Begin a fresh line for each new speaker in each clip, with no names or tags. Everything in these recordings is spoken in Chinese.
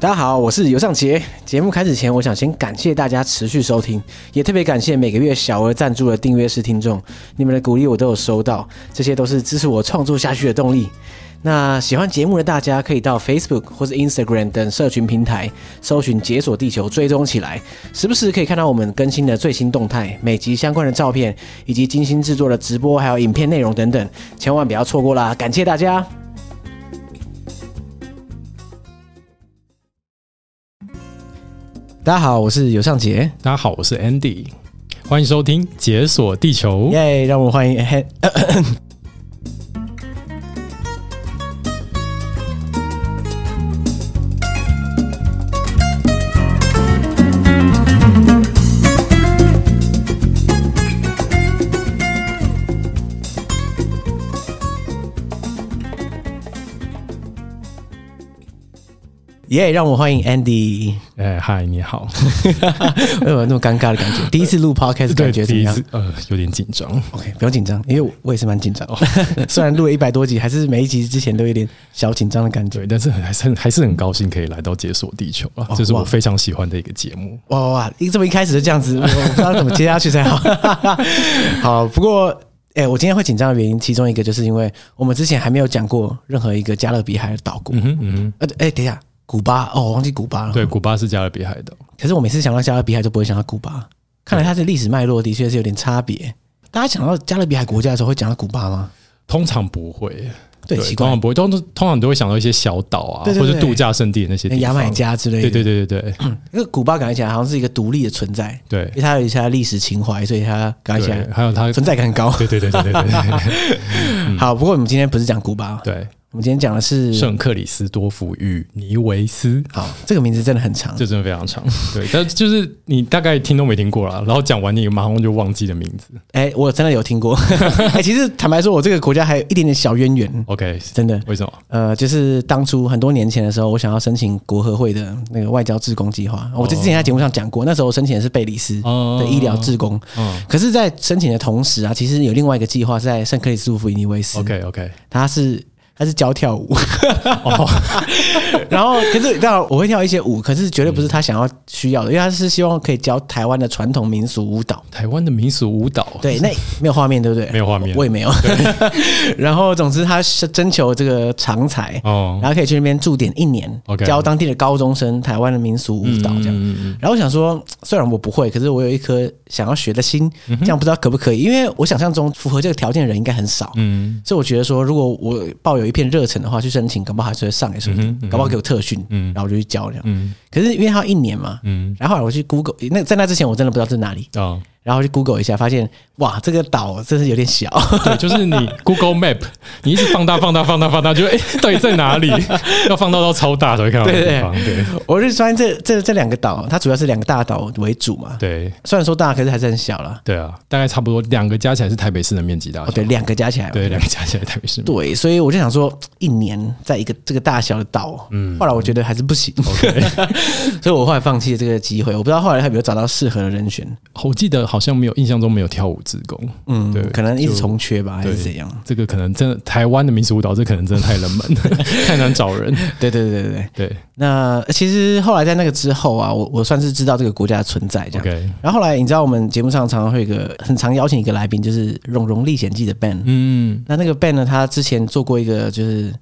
大家好，我是尤尚杰。节目开始前，我想先感谢大家持续收听，也特别感谢每个月小额赞助的订阅式听众，你们的鼓励我都有收到，这些都是支持我创作下去的动力。那喜欢节目的大家，可以到 Facebook 或是 Instagram 等社群平台搜寻“解锁地球”，追踪起来，时不时可以看到我们更新的最新动态、每集相关的照片，以及精心制作的直播还有影片内容等等，千万不要错过啦！感谢大家。大家好，我是尤尚杰，
大家好，我是 Andy，欢迎收听《解锁地球》
耶让我们欢迎 Hen- 耶让我们欢迎 dạ, Andy。
哎，嗨，你好，
为什么那么尴尬的感觉？第一次录 podcast 感觉怎
第
么
一
样
次呃有点紧张，
？OK，不用紧张，因为我我也是蛮紧
哦
张。 虽然录了一百多集，还是每一集之前都有点小紧张的感觉。
对，但是很还是很还是很高兴可以来到《解锁地球》啊，这是
哦哇
我非常喜欢的一个节目。
哇哇哇！一这么一开始就这样 子，我我不知道怎么接下去才好。 好，不过哎、我今天会紧张的原因，其中一个就是因为我们之前还没有讲过任何一个加勒比海的岛国。
嗯哼嗯
呃、哎、等一下，古巴哦，我忘记古巴了。
哼，对，，古巴是加勒比海岛，
可是我每次想到加勒比海就不会想到古巴，看来它的历史脉络的确是有点差别。大家想到加勒比海国家的时候，会讲到古巴吗？
通常不会，
对，奇怪
通，常不会，通通常都会想到一些小岛啊，
对对
或
对
者度假胜地的那些地方，
牙买，加之类的。
对对对对对
因为古巴感觉起来好像是一个独立的存在，因
对
为它有一些历史情怀，所以它感觉起
对，
来
还有它，
存在感很高。
对对对对 对对
好，不过我们今天不是讲古巴，
对
我们今天讲的是
对，圣克里斯多夫与尼维斯。
好，这个名字真的很长。
这真的非常长， 对，但就是你大概听都没听过啦，然后讲完你马上就忘记了名字。
哎、我真的有听 过。哎、其实坦白说，我这个国家还有一点点小渊源，
OK，
真的。
为什么？
呃，就是当初很多年前的时候，我想要申请国合会的那个外交志工计划，哦我之前在节目上讲过，那时候我申请的是贝里斯
哦
的医疗志工。
嗯
可是，在申请的同时啊，其实有另外一个计划是在圣克里斯多夫尼维斯。
，OK OK，
他是他是教跳舞，
哦，
然后可是当然我会跳一些舞，可是绝对不是他想要需要的，因为他是希望可以教台湾的传统民俗舞蹈。
台湾的民俗舞蹈，
对，那没有画面，对不对？
没有画面
我也没有。 然后总之他是征求这个常才，
哦
然后可以去那边驻点一年
OK
教当地的高中生台湾的民俗舞蹈这样。
嗯嗯嗯
然后我想说，虽然我不会，可是我有一颗想要学的心，
嗯
这样不知道可不可以？因为我想象中符合这个条件的人应该很少，
嗯
所以我觉得说，如果我抱有一片热忱的话，去申请，搞不好还是会上也说不定
嗯哼嗯哼
搞不好给我特训，
嗯
然后我就去教这样。
嗯
可是因为它要一年嘛，
嗯
然后后来我去 Google，那在那之前我真的不知道这是哪里，
嗯，哦，
然后去 Google 一下，发现哇，这个岛真是有点 小，
对，就是你 Google Map，你一 直放大放大放大放大，就哎、到底在哪里？ 要放大到超大才会看到
对
的
对
地方，对
我就发现这这这两个岛，啊它主要是两个大岛为主嘛，
对
虽然说大，可是还是很小啦。
对啊，大概差不多两个加起来是台北市的面积大
哦，
小，
对，两个加起来，
对，两个加起来台北市面积。
对，所以我就想说，一年在一个这个大小的岛，嗯，后来我觉得还是不行， 所以我后来放弃了这个机会。我不知道后来还有没有找到适合的人选，
我记得好像没有印象中没有跳舞自宫，
嗯
对，
可能一直重缺吧，还是
对
怎样？
这个可能真的台湾的民俗舞蹈，这可能真的太冷 门，太难找人。
对对对对对。
对
那呃其实后来在那个之后啊，我我算是知道这个国家的存在这样。
，OK，
然后后来你知道我们节目上常常会有一个很常邀请一个来宾，就是《蓉蓉历险记》的 Ben。
嗯，
那那个 Ben 呢，他之前做过一个就是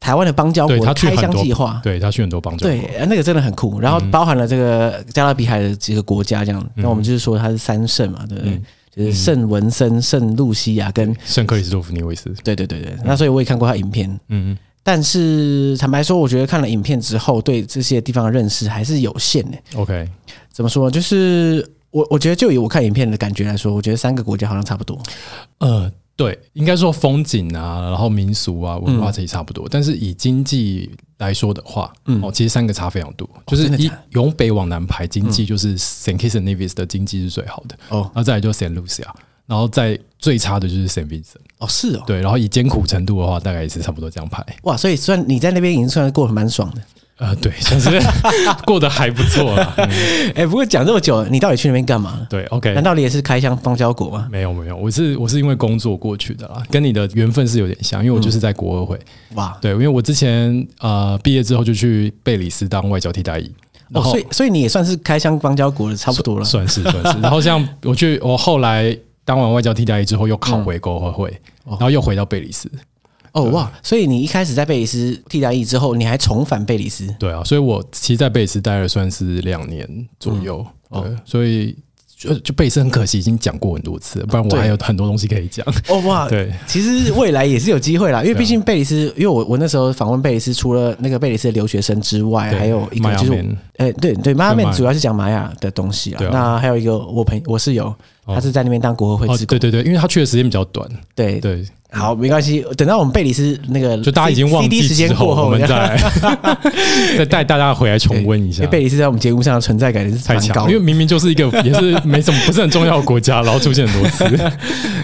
台湾的邦交国
对他去
开
很
箱
多
计划，
嗯对嗯他去很多邦交国，
对，呃那个真的很酷。然后包含了这个加勒比海的几个国家，这样。
嗯
那、我们就是说它是三圣嘛，对不对？就是圣文森、圣露西亚跟
圣克里斯多夫尼维斯，
对对对对。那所以我也看过他影片，
嗯，
但是坦白说，我觉得看了影片之后，对这些地方的认识还是有限的。
OK，
怎么说呢？就是我我觉得就以我看影片的感觉来说，我觉得三个国家好像差不多。
呃，对，应该说风景啊，然后民俗啊，文化这些差不多，但是以经济来说的话，
嗯
哦，其实三个差非常多，就是
真的
一
假
由北往南排，经济就是 Saint Kitts and Nevis 的经济是最好的，
哦
然后再来就 Saint Lucia，然后再最差的就是 Saint Vincent，
哦，是哦，
对，然后以艰苦程度的话，大概也是差不多这样排。
哇！所以虽然你在那边已经算过得蛮爽的，
呃，对， 算是过得还不错啦。嗯
哎、不过讲这么久，你到底去那边干嘛？
对，OK，
难道你也是开箱邦交国啊吗？
没有没有，我是我是因为工作过去的啦，跟你的缘分是有点像，因为我
嗯
就是在国二会，
哇！
对，因为我之前呃毕业之后就去贝里斯当外交替代役，
哦，
然后、
所以所以你也算是开箱邦交国的差不多了。
算是算是，然后像我去我后来当完外交替代役之后又考
嗯
回国合会，然后又回到贝里斯，
哦哇！所以你一开始在贝里斯替代役之后，你还重返贝里斯，
对啊，所以我其实在贝里斯待了算是两年
嗯
左右，
哦
对，所以。就就贝里斯很可惜，已经讲过很多次了，不然我
对
还有很多东西可以讲。
哦哇！
对，
其实未来也是有机会啦，因为毕竟贝里斯，
啊
因为我我那时候访问贝里斯，除了那个贝里斯的留学生之外，
对
还有一个
迈阿
就是我
密，
哎、对对，玛雅
玛
面
雅
主要是讲玛雅的东西
对
啊
啊。
那还有一个我朋我室友，
哦
他是在那边当国合会
哦，
职工，
对对对，因为他去的时间比较短，
对
对，
好，没关系，等到我们贝里斯那个
就大家已经忘
CD
记
时间
之
过
后，我们 再再带大家回来重温一
因
下
为。贝里斯在我们节目上的存在感也是
太
蛮
强
高
了，
的，
因为明明就是一个也是没什么不是很重要的国家，然后出现很 多次。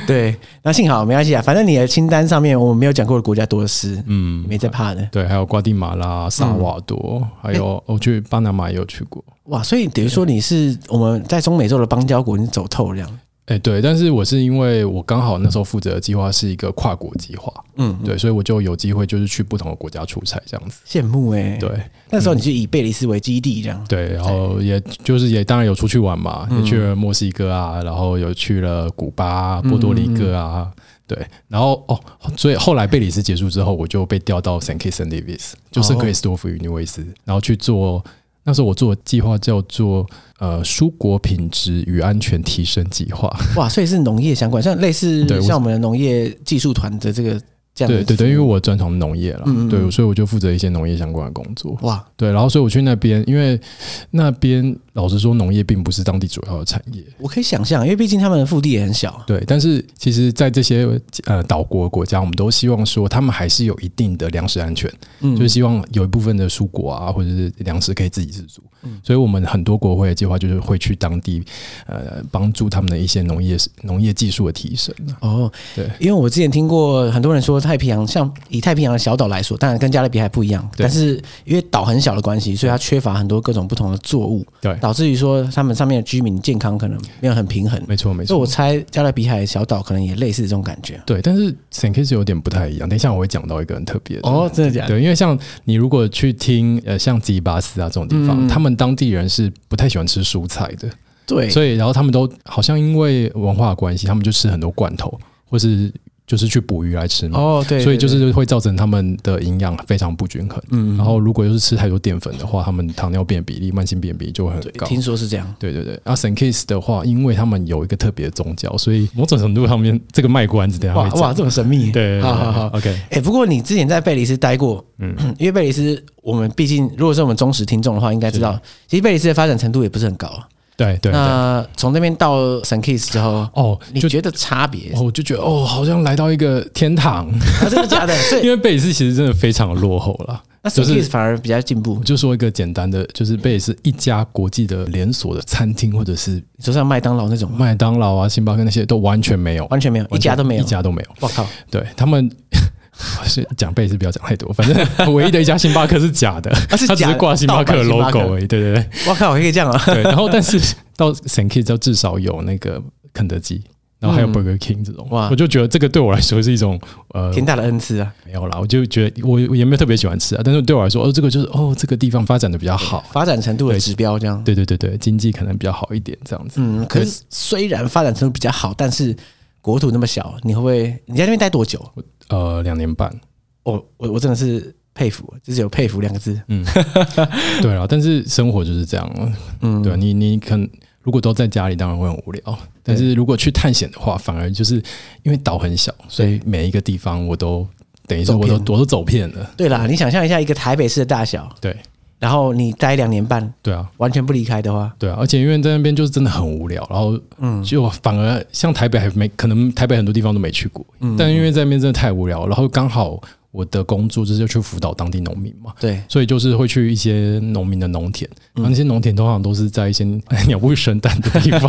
对，那幸好没关系啊，反正你的清单上面我们没有讲过的国家多的是，
嗯，
没在嗯怕的。
对，还有瓜地马拉、萨瓦多，还有我去巴拿马也有去过。
哇，所以等于说你是我们在中美洲的邦交国，你走透这样。
哎，对，但是我是因为我刚好那时候负责的计划是一个跨国计划，
嗯，
对，所以我就有机会就是去不同的国家出差这样子。
羡慕哎、
对，
那时候你就以贝里斯为基地这 样。
对，然后也就是也当然有出去玩嘛，
嗯
也去了墨西哥啊，然后有去了古巴啊、
嗯
波多黎各啊，对，然后哦，所以后来贝里斯结束之后，我就被调到 San Kitts and Nevis，就
哦
圣克里斯多夫与纽维斯，然后去做那时候我做的计划叫做呃蔬果品质与安全提升计划，
哇，所以是农业相关，像类似
对我
像我们的农业技术团的这个这样
对
的。
对对，因为我专长农业了，
嗯嗯嗯
对，所以我就负责一些农业相关的工作，
哇，
对，然后所以我去那边，因为那边老实说，农业并不是当地主要的产业。
我可以想象，因为毕竟他们的腹地也很小。
对，但是其实，在这些呃岛国国家，我们都希望说，他们还是有一定的粮食安全，
嗯
就是希望有一部分的蔬果啊，或者是粮食可以自给自足。
嗯
所以，我们很多国会的计划就是会去当地，呃，帮助他们的一些农业农业技术的提升啊。
哦，
对，
因为我之前听过很多人说太平洋，像以太平洋的小岛来说，当然跟加勒比海不一样，
对
但是因为岛很小的关系，所以它缺乏很多各种不同的作物，
对，
导致于说他们上面的居民健康可能没有很平衡。
没错没
所以
错
我。猜加勒比海小岛可能也类似这种感觉。
对，但是 s a n k i s 有点不太一样。等一下我会讲到一个很特别的
哦，真的假的？
对，因为像你如果去听呃像吉巴斯啊这种地方，
嗯
他们当地人是不太喜欢吃蔬菜的。
对，
所以然后他们都好像因为文化的关系，他们就吃很多罐头，或是就是去捕鱼来吃嘛。
哦，对，
所以就
对，
是会造成他们的营养非常不均衡，
嗯，
然后如果又是吃太多淀粉的话，他们糖尿病比例、慢性病比例就会很
对
高。
听说是这样。
对对对，啊 s a n k i s 的话，因为他们有一个特别的宗教，所以某种程度上面这个卖关子等一下
哇
会讲。
哇，这么神秘。
对，对，对
好好好。
，OK，
哎、不过你之前在贝里斯待过，嗯， 因为贝里斯，我们毕竟如果是我们忠实听众的话，应该知道，其实贝里斯的发展程度也不是很高啊。
对对对。
那从那边到 s a n Kiss 之后，
哦，
你
就
觉得差别、
哦，我就觉得哦，好像来到一个天堂，
啊？真的假的？所
因
以
为贝里斯其实真的非常落后了。
那 s
就
a n
是
Kiss 反而比较进步
我。就说一个简单的，就是贝里斯一家国际的连锁的餐厅或者是
你说像麦当劳那种吗，
麦当劳啊、星巴克那些都完全没有，
完全没有，一家都没有
一。家都没有。
我 靠！
对他们是讲贝里斯不要讲太多，反正唯一的一家星巴克是假的，
是
它只
假
是
的
挂星巴克的
盗版星巴克
logo 欸而已。对对对
我靠！我可以这样啊！
对，然后但是到 s a n k i 就至少有那个肯德基。然后还有 Burger King 这种，
哇
我就觉得这个对我来说是一种呃
天大的恩赐啊！
没有啦，我就觉得我我也没有特别喜欢吃啊，但是对我来说，哦，这个就是哦，这个地方发展的比较好，
发展程度的指标这样。
对对对对，经济可能比较好一点这样子。
嗯，可是虽然发展程度比较好，但是国土那么小，你会不会？你在那边待多久？
呃，两年半，
我我我真的是佩服，就是有佩服两个字。
嗯对啦，但是生活就是这样，
嗯，
对啊你你可能如果都在家里，当然会很无聊，但是如果去探险的话，反而就是因为岛很小，所以每一个地方我都等于说我都
走
我都走遍了，
对啦，你想象一下一个台北市的大小，
对
然后你待两年半，
对啊。
完全不离开的话，
对啊，而且因为在那边就是真的很无聊，然后
嗯
就反
嗯
而像台北还没，可能台北很多地方都没去过，但因为在那边真的太无聊，然后刚好我的工作就是去辅导当地农民嘛，
对，
所以就是会去一些农民的农田，
嗯
那那些农田通常都是在一些 鸟不生蛋的地 方，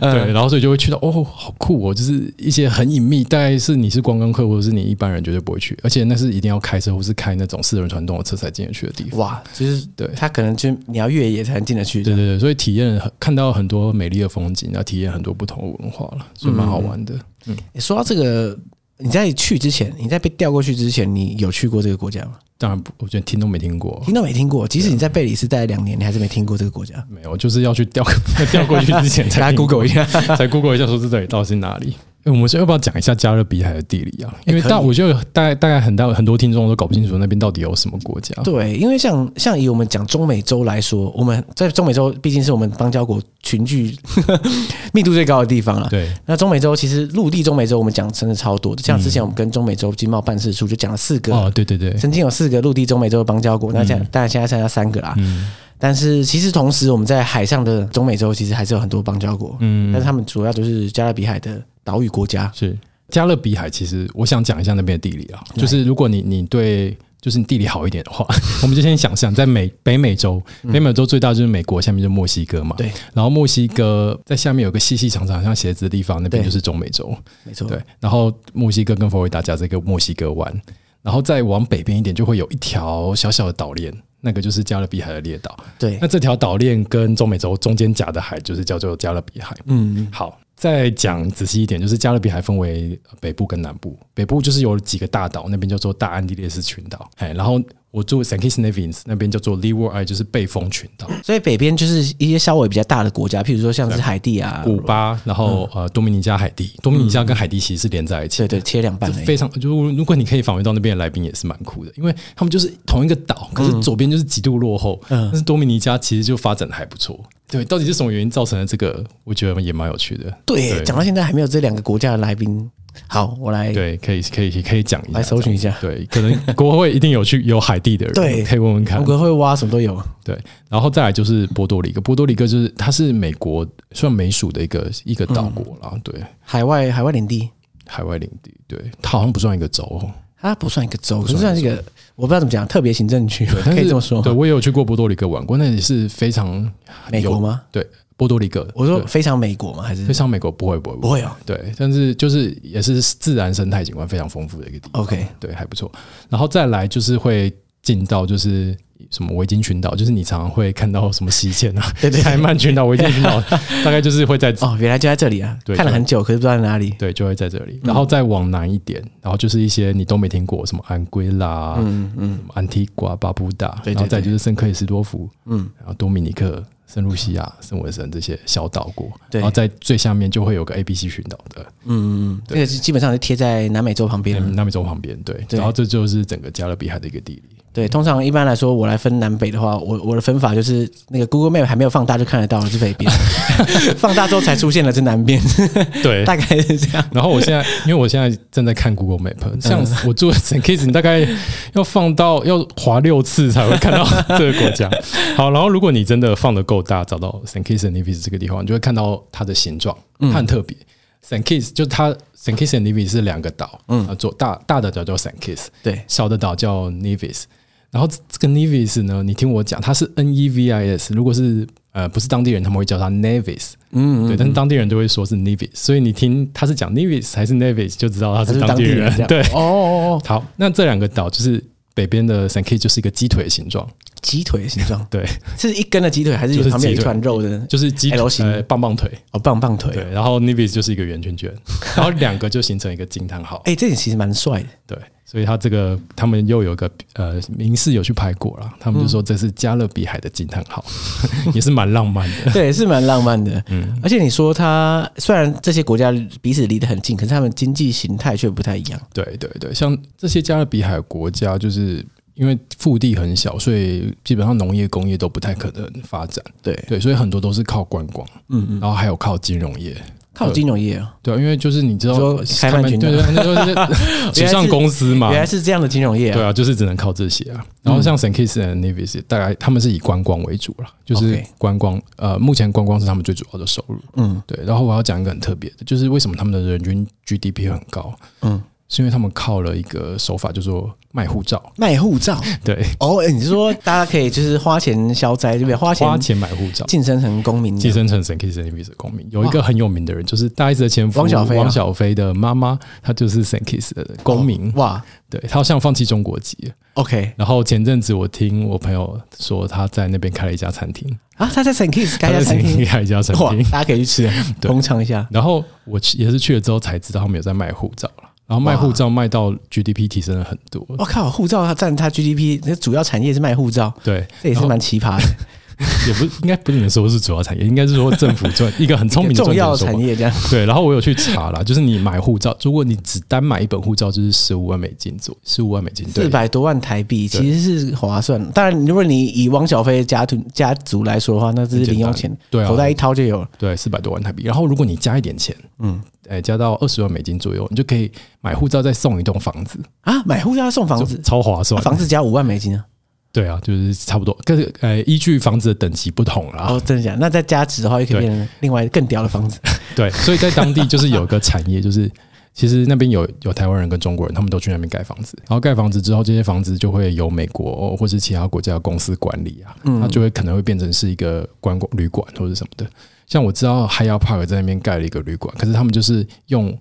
嗯
对，然后所以就会去到哦，好酷哦，就是一些很隐秘，大概是你是观光客或者是你一般人绝对不会去，而且那是一定要开车或是开那种四人传动的车才进得去的地方。
哇，就是
对
他可能就你要越野才能进得去，
对对对，所以体验很看到很多美丽的风景，然后体验很多不同的文化了，所以蛮好玩的。
欸说到这个，你在去之前，你在被调过去之前，你有去过这个国家吗？
当然不，我觉得听都没听过，
听都没听过。即使你在贝里斯待了两年，你还是没听过这个国家。
没有，就是要去调 调过去之前才
大家
听过
Google 一下，
才 Google 一下，说这里到底是哪里。欸我们是要不要讲一下加勒比海的地理啊？因为
可以
大我觉得大概大概很大很多听众都搞不清楚那边到底有什么国家。
对，因为像像以我们讲中美洲来说，我们在中美洲毕竟是我们邦交国群聚 密度最高的地方了。
对
那中美洲其实陆地中美洲我们讲真的超多的，像之前我们跟中美洲经贸办事处就讲了四个，
嗯哦，对对对，
曾经有四个陆地中美洲的邦交国，那现在当然现在剩下三个啦。
嗯
但是其实同时我们在海上的中美洲其实还是有很多邦交国，但是
嗯，
他们主要就是加勒比海的岛屿国家。
是加勒比海。其实我想讲一下那边的地理啊，就是如果你你对就是你地理好一点的话， 我们就先想象在美北美洲，北美洲最大就是美国，下面就是墨西哥嘛。
对，
然后墨西哥在下面有个细细长长像鞋子的地方，那边
对
就是中美洲。
没错，
对，然后墨西哥跟佛罗里达加这个墨西哥湾，然后再往北边一点就会有一条小小的岛链，那个就是加勒比海的列岛。
对
那，这条岛链跟中美洲中间夹的海就是叫做加勒比海。
嗯，
好，再讲仔细一点，就是加勒比海分为北部跟南部，北部就是有几个大岛，那边叫做大安地列斯群岛，哎，然后我住 San Kitts and Nevis 那边叫做 Leeward Island，就是贝丰群岛。
所以北边就是一些稍微比较大的国家，譬如说像是海地啊，
古巴，然后呃，多米尼加、海地，多米尼加跟海地其实是连在一起
对对，切两半
就
而已
非常，就是如果你可以访问到那边的来宾，也是蛮酷的，因为他们就是同一个岛，可
嗯
是左边就是极度落后，但是多米尼加其实就发展的还不错。对，到底是什么原因造成的这个？我觉得也蛮有趣的。
对，
对
讲到现在还没有这两个国家的来宾。好，我来
对，可以可以可以讲一下，
来哎搜寻一下，
对，可能国会一定有去有海地 的人，
对
可以问问看
我。哥会挖什么都有。
对，然后再来就是波多黎各，波多黎各就是它是美国算美属的一个一个岛国啦，
嗯
对，
海外海外领地，
海外领地，对，它好像不算一个州，
它啊不算一个州，可
算
是算一个，我不知道怎么讲，特别行政区，
对，但
可
是
以这么说吗
对，我也有去过波多黎各玩过，那也是非常
美国吗？
对，波多黎各，
我说
对
非常美国吗？还是
非常美国不会不会
不会哦
对，但是就是也是自然生态景观非常丰富的一个地方，
？OK，
对，还不错。然后再来就是会进到就是。什么维京群岛，就是你常常会看到什么西线啊，
对对对
台曼群岛、维京 群岛，大概就是会在
哦，原来就在这里啊！
对
看了很久，可是不知道在哪里。
对，就会在这里。
嗯
然后再往南一点，然后就是一些你都没听过，什么安圭啦，
嗯嗯
什么安提瓜、巴布达，
对对
然后再就是圣克里斯多福，
嗯，
然后多米尼克、圣露西亚、圣文森这些小岛国，
对
然后在最下面就会有个 A B C 群岛的
嗯嗯嗯，这个是基本上是贴在南美洲旁边的。
南美洲旁边，对，
嗯对
然后这就是整个加勒比海的一个地理，
对，通常一般来说，我来分南北的话，我我的分法就是那个 Google Map 还没有放大就看得到了是北 边，放大之后才出现了是南边，
对
大概是这样。
然后我现在，因为我现在正在看 Google Map，像我住的 San Kitts，你大概要放到要滑六次才会看到 这个国家。好，然后如果你真的放的够大，找到 San Kitts and Nevis 这个地方，你就会看到它的形状，它很特别。San Kitts 就它 San Kitts and Nevis 是两个岛，嗯，啊，做大大的岛叫 San Kitts，
对，
小的岛叫 Nevis。然后这这个 Nevis 呢，你听我讲，它是 N E V I S，如果是呃不是当地人，他们会叫它 Nevis，
嗯，
对，但是当地人都会说是 Nevis，所以你听他是讲 Nevis 还是 Nevis，就知道他
它
是
是
当
当
地
地
人
人。这样。
对，
哦哦哦，
好，那这两个岛就是北边的 San Kitts 就是一个鸡腿的形状，
鸡腿的形状
对，
是一根的鸡腿，还是
就是
有旁边有
鸡
一
腿
团肉的？
就是鸡
L 型
呃棒棒腿，
哦，棒棒腿。
对，然后 Nevis 就是一个圆 圈圈，然后两个就形成一个惊叹号，
哎，这点其实蛮帅 的。
对，所以他这个他们又有一个呃民事有去拍过啦，他们就说这是加勒比海的惊叹号， 也是蛮浪漫的，
对，是蛮浪漫的。嗯，而且你说它虽然这些国家彼此离得很近，可是他们经济形态却不太一样。
对对对，像这些加勒比海国家，就是因为腹地很小，所以基本上农业、工业都不太可能发展。
对，
对，所以很多都是靠观光，
嗯嗯，
然后还有靠金融业。
靠金融业啊，
对啊，因为就是你知道
说开曼群岛
对对，那就是 纸上公司嘛
原。来是这样嗯的金融业
对
啊。
啊，就是只能靠这些啊。然后像 San Kitts and Nevis，大概他们是以观光为主啦，就是
OK
观光。呃，目前观光是他们最主要的收入。
嗯
对，然后我要讲一个很特别的，就是为什么他们的人均 GDP 很高。
嗯，
是因为他们靠了一个手法，叫做卖护照。
卖护照
对，
哦，哎你是说大家可以就是花钱消灾，对不对？ 花钱
花钱买护照，
晋升成公民这
寄
样，哦
生成神 K 神 K 的公民，有一个很有名的人，就是大 S 的前夫
汪小菲啊
王小菲的妈妈，她就是神 K 的公民。
哇
对，她好像放弃中国籍了。
，OK
然后前阵子我听我朋友说，他在那边开了一家餐厅，
啊，他在 San Kiss 开一家
他
餐
在餐厅
厅，
开了一家餐
哇
厅，。
大家可以去吃，
对
捧场一下。
然后我去也是去了之后才知道他们有在卖护照了。然后卖护照卖到 GDP 提升了很多，
我靠，护照它占它 GDP，那主要产业是卖护照，
对，
这也是蛮奇 葩的，
也不应该不能说是主要产业，应该是说政府赚一个很聪明 的
重要的
赚钱手
产
法。
业这样。
对，然后我有去查啦，就是你买护照，如果你只单买一本护照，就是十五万美金左，十五万美金，对
四，百多万台币
对
其实是划算的，当然，如果你以汪小菲的家庭家族来说的话，那只是零用钱，
对啊
口袋一掏就有了。
对，四百多万台币。然后如果你加一点钱，嗯，哎，加到二十万美金左右，你就可以买护照再送一栋房子，
啊，买护照要送房子
就，超划算。
房子加五万美金啊！
对啊，就是差不多，可是呃，依据房子的等级不同啦，
哦，真的假的？那再加值的话，又可以变成另外更屌的房子。
啊对，所以在当地就是有一个产业，就是其实那边有有台湾人跟中国人，他们都去那边盖房子。然后盖房子之后，这些房子就会由美国或是其他国家的公司管理啊，它就会可能会变成是一个观光旅馆或者什么的。像我知道 h y a Park 在那边盖了一个旅馆，可是他们就是用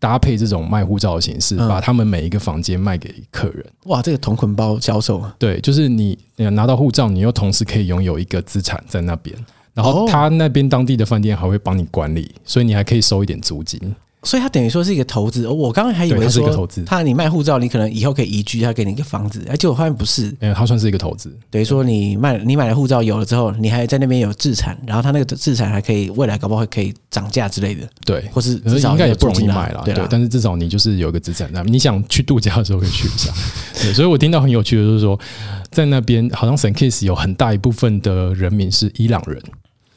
搭配这种卖护照的形式，把他们每一个房间卖给客人。
哇，这个同捆包销售啊，
对，就是你你拿到护照，你又同时可以拥有一个资产在那边。然后
哦
他那边当地的饭店还会帮你管理，所以你还可以收一点租金。
所以它等于说是一个投资。哦我刚刚还以
对
为
它是一
说
个投资
它你卖护照，你可能以后可以移居，它给你一个房子，哎，结果发现不是，
呃，它算是一个投资，
等于说你卖你买了护照有了之后，你还在那边有资产，然后它那个资产还可以未来搞不好还可以涨价之类的，
对，
或是
可是
至少
应该
有
也不容
租
易
金
买啦，啊
对啊啦
但是至少你就是有一个资产在那，你想去度假的时候可以去一下。对，所以我听到很有趣的就是说，在那边好像 San Kiss 有很大一部分的人民是伊朗人，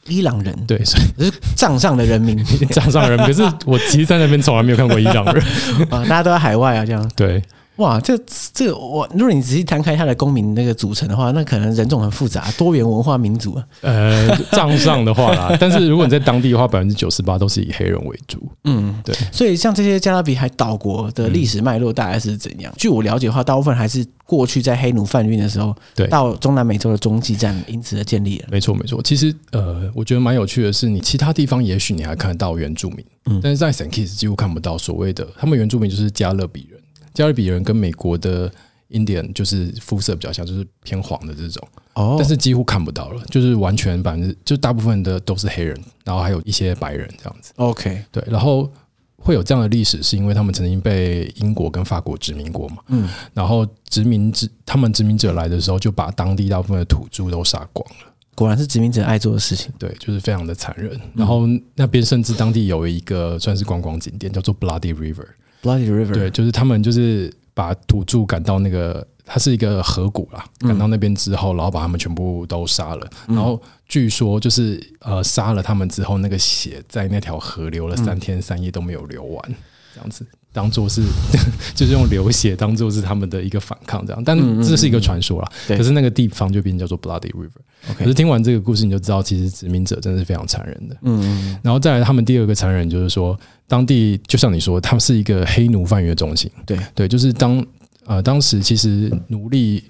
伊朗人
对，所以
就是账上的人民
账上人民，可是我其实在那边从来没有看过伊朗人，
啊，大家都在海外啊，这 样
对，
哇，这这个我如果你仔细摊开它的公民那个组成的话，那可能人种很复杂，多元文化民族啊，
呃，账上的话啦，但是如果你在当地的话，百分之九十八都是以黑人为主，
嗯，
对。
所以像这些加勒比海岛国的历史脉络大概是怎
嗯
样？据我了解的话，大部分还是过去在黑奴贩运的时候，
对
到中南美洲的中继站因此而建立了。
没错，没错。其实，呃，我觉得蛮有趣的是，你其他地方也许你还看得到原住民，但是在 San Kitts 几乎看不到所谓的他们原住民就是加勒比人，加勒比人跟美国的 Indian 就是肤色比较像，就是偏黄的这种，
哦
但是几乎看不到了，就是完全百分之就大部分的都是黑人，然后还有一些白人这样子。
OK，
对，然后会有这样的历史，是因为他们曾经被英国跟法国殖民过嘛。嗯，然后殖民之他们殖民者来的时候，就把当地大部分的土著都杀光了。
果然是殖民者爱做的事情。
对，就是非常的残忍。然后那边甚至当地有一个算是观光景点，叫做 Bloody River。
Bloody River，
对，就是他们就是把土著赶到那个，它是一个河谷啦，赶到那边之后，然后把他们全部都杀了。然后据说就是呃杀了他们之后，那个血在那条河流了三天三夜都没有流完，这样子。当做是， 就是用流血当做是他们的一个反抗，这样。但这是一个传说啦。
对
可是那个地方就变成叫做 Bloody River。可是
OK，
听完这个故事，你就知道，其实殖民者真的是非常残忍的。
嗯嗯，
然后再来，他们第二个残忍就是说，当地就像你说，他们是一个黑奴贩运的中心。
对
对，就是当呃当时其实奴隶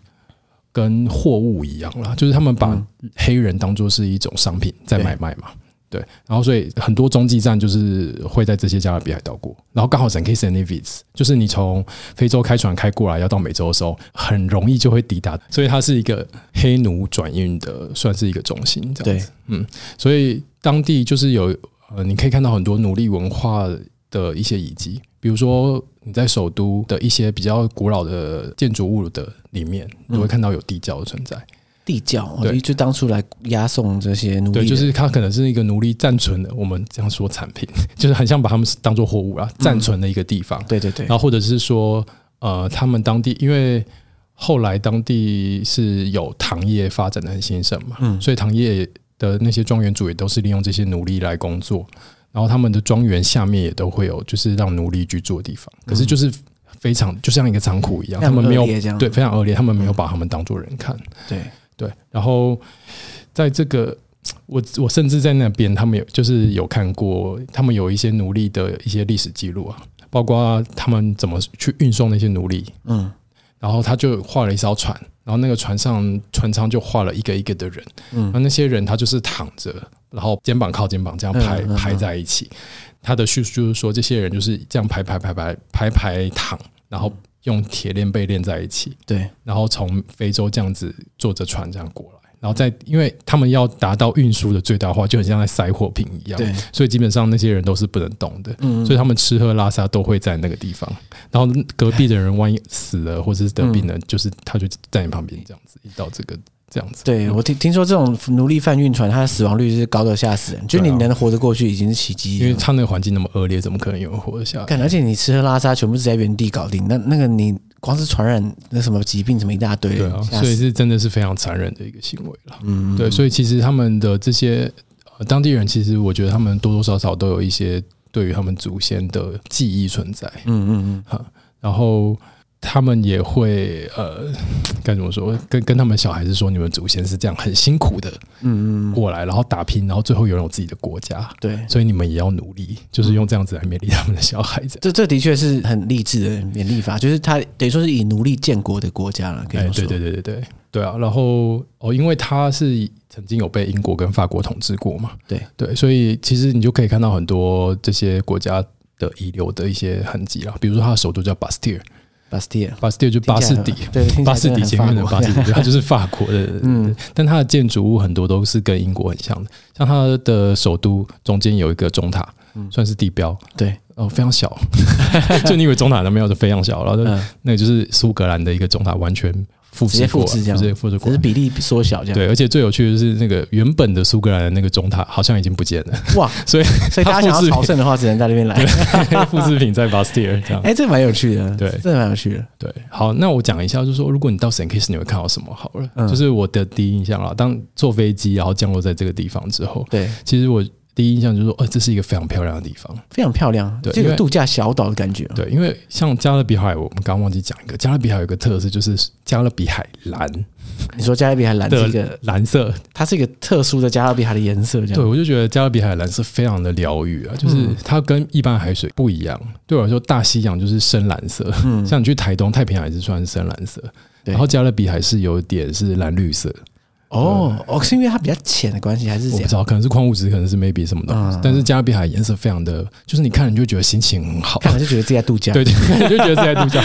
跟货物一样啦，就是他们把
嗯
黑人当做是一种商品在买卖嘛。对，然后所以很多中继站就是会在这些加勒比海岛过，然后刚好 San Kitts and Nevis，就是你从非洲开船开过来要到美洲的时候，很容易就会抵达，所以它是一个黑奴转运的，算是一个中心这样子。
对，
所以当地就是有呃，你可以看到很多奴隶文化的一些遗迹，比如说你在首都的一些比较古老的建筑物的里面，
嗯
你会看到有地窖的存在。
地窖，我
对
就就当初来押送这些奴隶的，
对，就是它可能是一个奴隶暂存的，我们这样说产品， 就是很像把他们当做货物啊，暂存的一个地方。
对对对
然，后或者是说，呃，他们当地因为后来当地是有糖业发展的很兴盛嘛，
嗯
所以糖业的那些庄园主也都是利用这些奴隶来工作，然后他们的庄园下面也都会有就是让奴隶居住的地方，可是就是非常就像一个仓库一
嗯
样，
非
他
常
们没有
恶劣这样
对非常恶劣，他们没有把他们当做人看，
对，
对，然后在这个。我我甚至在那边，他们有就是有看过，他们有一些奴隶的一些历史记录啊，包括他们怎么去运送那些奴隶，
嗯
然后他就画了一艘船，然后那个船上船舱就画了一个一个的人，
嗯
那那些人他就是躺着，然后肩膀靠肩膀这样排
嗯嗯嗯
排在一起。他的叙述就是说，这些人就是这样排排排排排排躺，然后用铁链被链在一起，
对，
然后从非洲这样子坐着船这样过来。然后再，因为他们要达到运输的最大化，就很像在塞货品一样
对，
所以基本上那些人都是不能动的。
嗯
所以他们吃喝拉撒都会在那个地方。然后隔壁的人万一死了或者是得病
嗯
了，就是他就在你旁边这样子，一到这个这样子。
对我听听说这种奴隶贩运船，它的死亡率是高的吓死人，就你
对啊
能活得过去已经是奇迹
因为
了。
他那个环境那么恶劣，怎么可能有人活得下来？
干，而且你吃喝拉撒全部是在原地搞定，那那个你光是传染那什么疾病什么一大堆，
对啊，
吓
所
死
以是真的是非常残忍的一个行为了。
嗯，
对，所以其实他们的这些、呃当地人，其实我觉得他们多多少少都有一些对于他们祖先的记忆存在。
嗯嗯
然后他们也会呃，该怎么说？跟跟他们小孩子说，你们祖先是这样很辛苦的，
嗯嗯嗯，
过来，然后打拼，然后最后拥有自己的国家。
对，
所以你们也要努力，就是用这样子来勉励他们的小孩子。
这这的确是很励志的勉励法，就是它等于说是以奴隶建国的国家了，可以
哎，
这么说。
对对对对对对啊！然后哦，因为他是曾经有被英国跟法国统治过嘛，
对
对，所以其实你就可以看到很多这些国家的遗留的一些痕迹啦，比如说他的首都叫巴斯蒂尔，
巴斯蒂尔，
巴斯蒂尔就是巴士底
听起来，很对，听起来
巴士
真
底
很
前面的
法
巴
国
士 底，它就是法国的。嗯，但它的建筑物很多都是跟英国很像的，像它的首都中间有一个钟塔，
嗯
算是地标，
对，
哦，非常小。就你以为钟塔那没有，就非常小，然后就
嗯，
那个就是苏格兰的一个钟塔，完全复
直
制
接
过
复
来，
制这样
直接复制过
只是
来。
比例缩小这样。
对，而且最有趣的是，那个原本的苏格兰的那个钟塔好像已经不见 了，
哇，
所以
所以大家想要朝圣的话，只能在那边来。
复制品在巴斯蒂尔这样。
哎哎，这蛮有趣的，
对
这蛮有趣的。
对，好，那我讲一下，就是说，如果你到 St. Kitts，你会看到什么？好了，
嗯
就是我的第一印象啦。当坐飞机然后降落在这个地方之后，
对，
其实我第一印象就是说，哦，这是一个非常漂亮的地方。
非常漂亮，
对
这
因
个
为
度假小岛的感觉。
对，因为像加勒比海，我们刚刚忘记讲一个，加勒比海有一个特色，就是加勒比海蓝
你说加勒比海蓝这
的
个，
蓝色。
它是一个特殊的加勒比海的颜色，这
对，
样。
我就觉得加勒比海蓝色非常的疗愈啊，就是它跟一般海水不一样。对我来说，大西洋就是深蓝色，
嗯
像你去台东太平洋也是算深蓝色，
对
然后加勒比海是有点是蓝绿色。
哦哦，是因为它比较浅的关系，还是
我
怎
不
样
知？道，可能是矿物质，可能是 maybe 什么东西。
嗯
但是加勒比海颜色非常的，就是你看了你就觉得心情很好，
看了就觉得自己在度假。
对，就就觉得是在度假。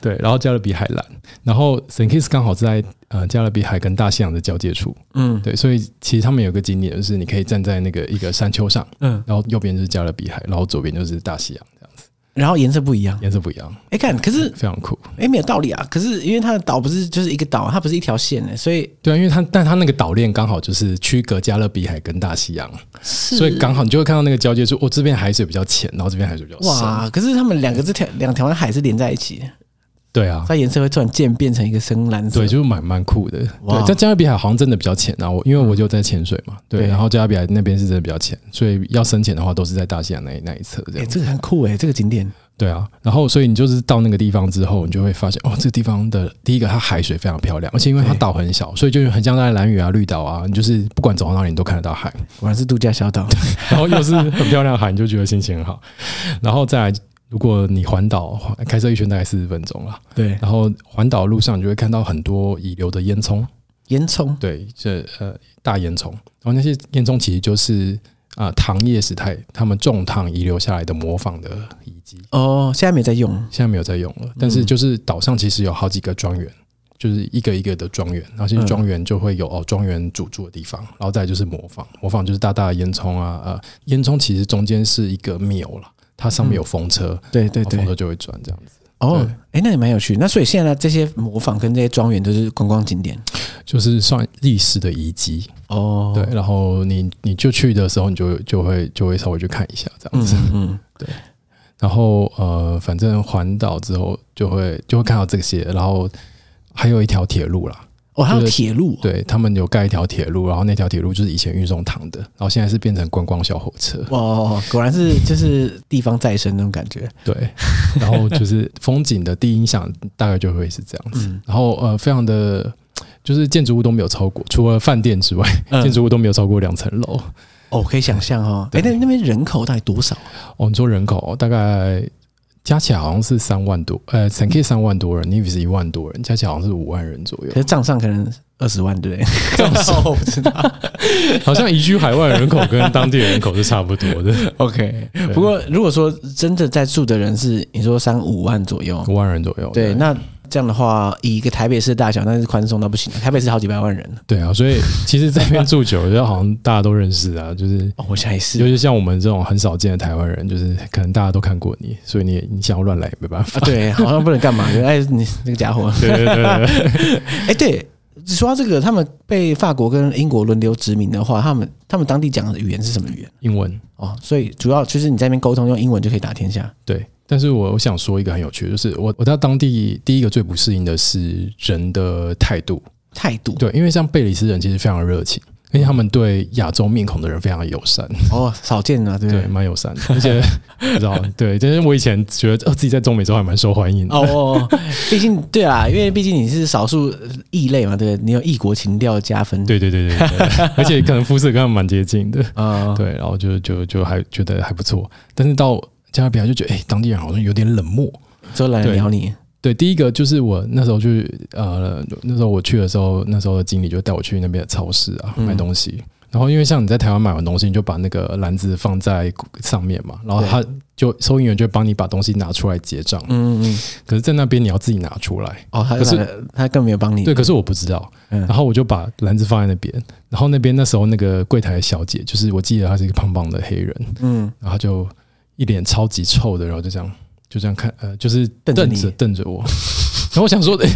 对，然后加勒比海蓝，然后 Saint Kitts 刚好在呃加勒比海跟大西洋的交界处，
嗯
对，所以其实他们有个景点就是你可以站在那个一个山丘上，
嗯，
然后右边就是加勒比海，然后左边就是大西洋，这样子
然后颜色不一样。
颜色不一样，
哎，看，可是
非常酷。
哎没有道理啊。可是因为它的岛不是就是一个岛，它不是一条线欸的，所以
对啊，因为它但它那个岛链刚好就是区隔加勒比海跟大西洋，
是
所以刚好你就会看到那个交界处，哦，这边海水比较浅，然后这边海水比较深。
哇，可是他们两个这条两条海是连在一起的，
对啊，
它颜色会突然渐变成一个深蓝色。
对，就是蛮蛮酷的。
哇
对，但加勒比海好像真的比较浅啊，我因为我就在潜水嘛，
嗯
对，
对
然后加勒比海那边是真的比较浅，所以要深潜的话都是在大西洋那一那一侧这
哎、
样。
这个很酷哎、这个景点
对啊，然后所以你就是到那个地方之后，你就会发现哦，这个地方的第一个它海水非常漂亮，而且因为它
对
岛很小，所以就是很像在蓝屿啊、绿岛啊，你就是不管走到哪里你都看得到海，
果然是度假小 岛。
然后又是很漂亮的海，你就觉得心情很好。然后再来，如果你环岛开车一圈大概四十分钟啦，
对，
然后环岛路上你就会看到很多遗留的烟囱。
烟囱
对，这呃大烟囱，然后那些烟囱其实就是啊、糖业时代他们种糖遗留下来的模仿的遗迹，
哦，现在没在用。
现在没有在用了。
嗯
但是就是岛上其实有好几个庄园，就是一个一个的庄园，然后其实庄园就会有
嗯
哦庄园主住的地方，然后再来就是模仿，模仿就是大大的烟囱啊，呃烟囱其实中间是一个庙了，它上面有风车，
对嗯对
然后
对
风，车就会转这样子，
哦哎、
对，
那也蛮有趣。那所以现在这些模仿跟这些庄园都是观光景点
就是算历史的遗迹。
哦。
对，，然后你你就去的时候，你就就会就会稍微去看一下这样
嗯
子。
嗯嗯，
然后呃，反正环岛之后就会就会看到这些，然后还有一条铁路啦，
哦，还有
就是
铁路哦，
对他们有盖一条铁路，然后那条铁路就是以前运送糖的，然后现在是变成观光小火车，
哇哦，果然是就是地方再生那种感觉。
对， 然后就是风景的第一印象大概就会是这样子，
嗯
然后呃，非常的。就是建筑物都没有超过，除了饭店之外，建
嗯，
筑物都没有超过两层楼。
哦，可以想象哦。哎、
对
那那边人口到底多少啊？
哦，你说人口大概加起来好像是三万多，呃 s a n k 三万多人 n i v i s 一万多人，加起来好像是五万 人左右
可，是账上可能二十万，对不对？ 我不知道。
好像移居海外人口跟当地人口是差不多的，
OK，不过如果说真的在住的人是你说三五万左右，
五万人左右。
对，那这样的话，以一个台北市的大小，那是宽松到不行了。台北市好几百万人
对啊，所以其实在那边住久了，就好像大家都认识啊，就是
哦，我现在也
尤
是
其像我们这种很少见的台湾人，就是可能大家都看过你，所以你也你想要乱来也没办法
啊，。 对，好像不能干嘛，就哎你那个家伙，
对对对对对，
哎对。说到这个，他们被法国跟英国轮流殖民的话，他们他们当地讲的语言是什么语言？
英文
哦，所以主要就是你在那边沟通用英文就可以打天下。
对。但是我我想说一个很有趣的，就是我我到当地第一个最不适应的是人的态度，
态度
对，因为像贝里斯人其实非常热情，而且他们对亚洲面孔的人非常友善，
哦，少见啊，对不
对，
对？
蛮友善的，而且不知道对，但是我以前觉得哦自己在中美洲还蛮受欢迎的，
哦哦，哦毕竟对啊，因为毕竟你是少数呃异类嘛，对不对？你有异国情调加分。
对对对对对对，而且可能肤色跟他们蛮接近的，
啊，
对，然后就就就还觉得还不错，但是到加勒比海就觉得，哎、当地人好像有点冷漠。
就懒得
对
聊你。
对，第一个就是我那时候去，呃，那时候我去的时候，那时候的经理就带我去那边的超市啊
嗯
买东西。然后因为像你在台湾买完东西，你就把那个篮子放在上面嘛，然后他就收银员就帮你把东西拿出来结账。
嗯嗯，嗯
可是，在那边你要自己拿出来。
哦，他
可是
是他更没有帮你。
对，啊可是我不知道，
嗯
然后我就把篮子放在那边，然后那边那时候那个柜台小姐，就是我记得她是一个胖胖的黑人，
嗯，
然后就一脸超级臭的，然后就这样就这样看，呃，就是
瞪着
瞪
你
着瞪着我， 然后我想说、诶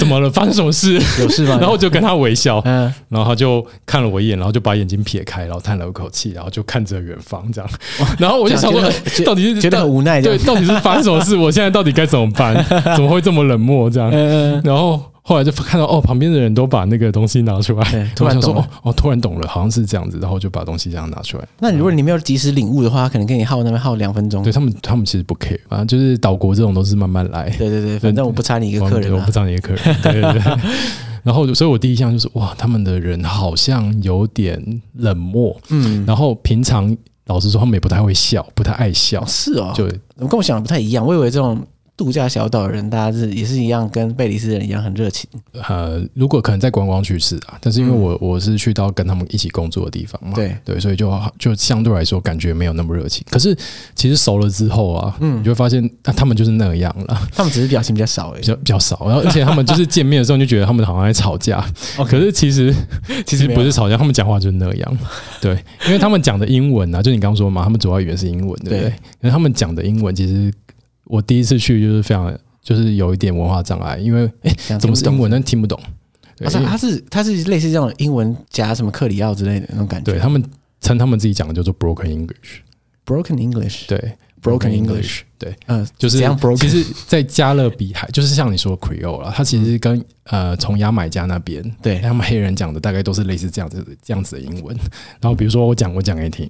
怎么了，发生什 么事？
有事吗？
然后我就跟他微笑，
嗯，
然后他就看了我一眼，然后就把眼睛撇开，然后叹了一口气，然后就看着远方这样，然后我就想说，
觉得
诶到底是
觉得很
到
无奈这
对，
样。
到底是发生什么 事？我现在到底该怎么办？怎么会这么冷漠这样？
嗯，嗯
然后后来就看到哦，旁边的人都把那个东西拿出来，
对
然后
突然
想说
懂
哦哦，突然懂了，好像是这样子，然后就把东西这样拿出来。
那如果你没有及时领悟的话，他可能跟你耗那边耗两分钟
对。他们，他们其实不 care，反正就是岛国这种都是慢慢来。
对对对，反正我不差你一个
我
客人
我
啊
不。知道你的客人。对对对。 然后我就，所以我第一印象就是哇，他们的人好像有点冷漠，
嗯，
然后平常老实说，他们也不太会笑，不太爱笑
哦，是哦，
就
我跟我想的不太一样，我以为这种度假小岛的人，大家是也是一样，跟贝里斯人一样很热情。
呃，如果可能在观光区是啊，但是因
嗯
为我、我是去到跟他们一起工作的地方嘛，
对
对，所以就就相对来说感觉没有那么热情。可是其实熟了之后啊，
嗯
你就会发现啊，他们就是那样了，
他们只是表情比较少而
比
已。
较比较少，然后而且他们就是见面的时候你就觉得他们好像在吵架，可是其实
其
其实不是吵架，他们讲话就是那样，对，因为他们讲的英文啊，就你刚刚说嘛，他们主要语言是英文，对不对？
对
可是他们讲的英文，其实我第一次去就是非常，就是有一点文化障碍，因为哎、
这样
怎么是
听
英
不懂？啊
文，但听不懂，对，
不是，
因为
他是他是类似这种英文加什么克里奥之类的那种感觉。
对他们称他们自己讲的叫做 broken English，
，broken English，
对
Broken English，
对，
嗯，
就是
怎样 broken？
其实，在加勒比海，就是像你说 Creole 啦，它其实跟呃从牙买加那边
对，
他们黑人讲的大概都是类似这样子的这样子的英文。然后比如说我讲我讲给你听，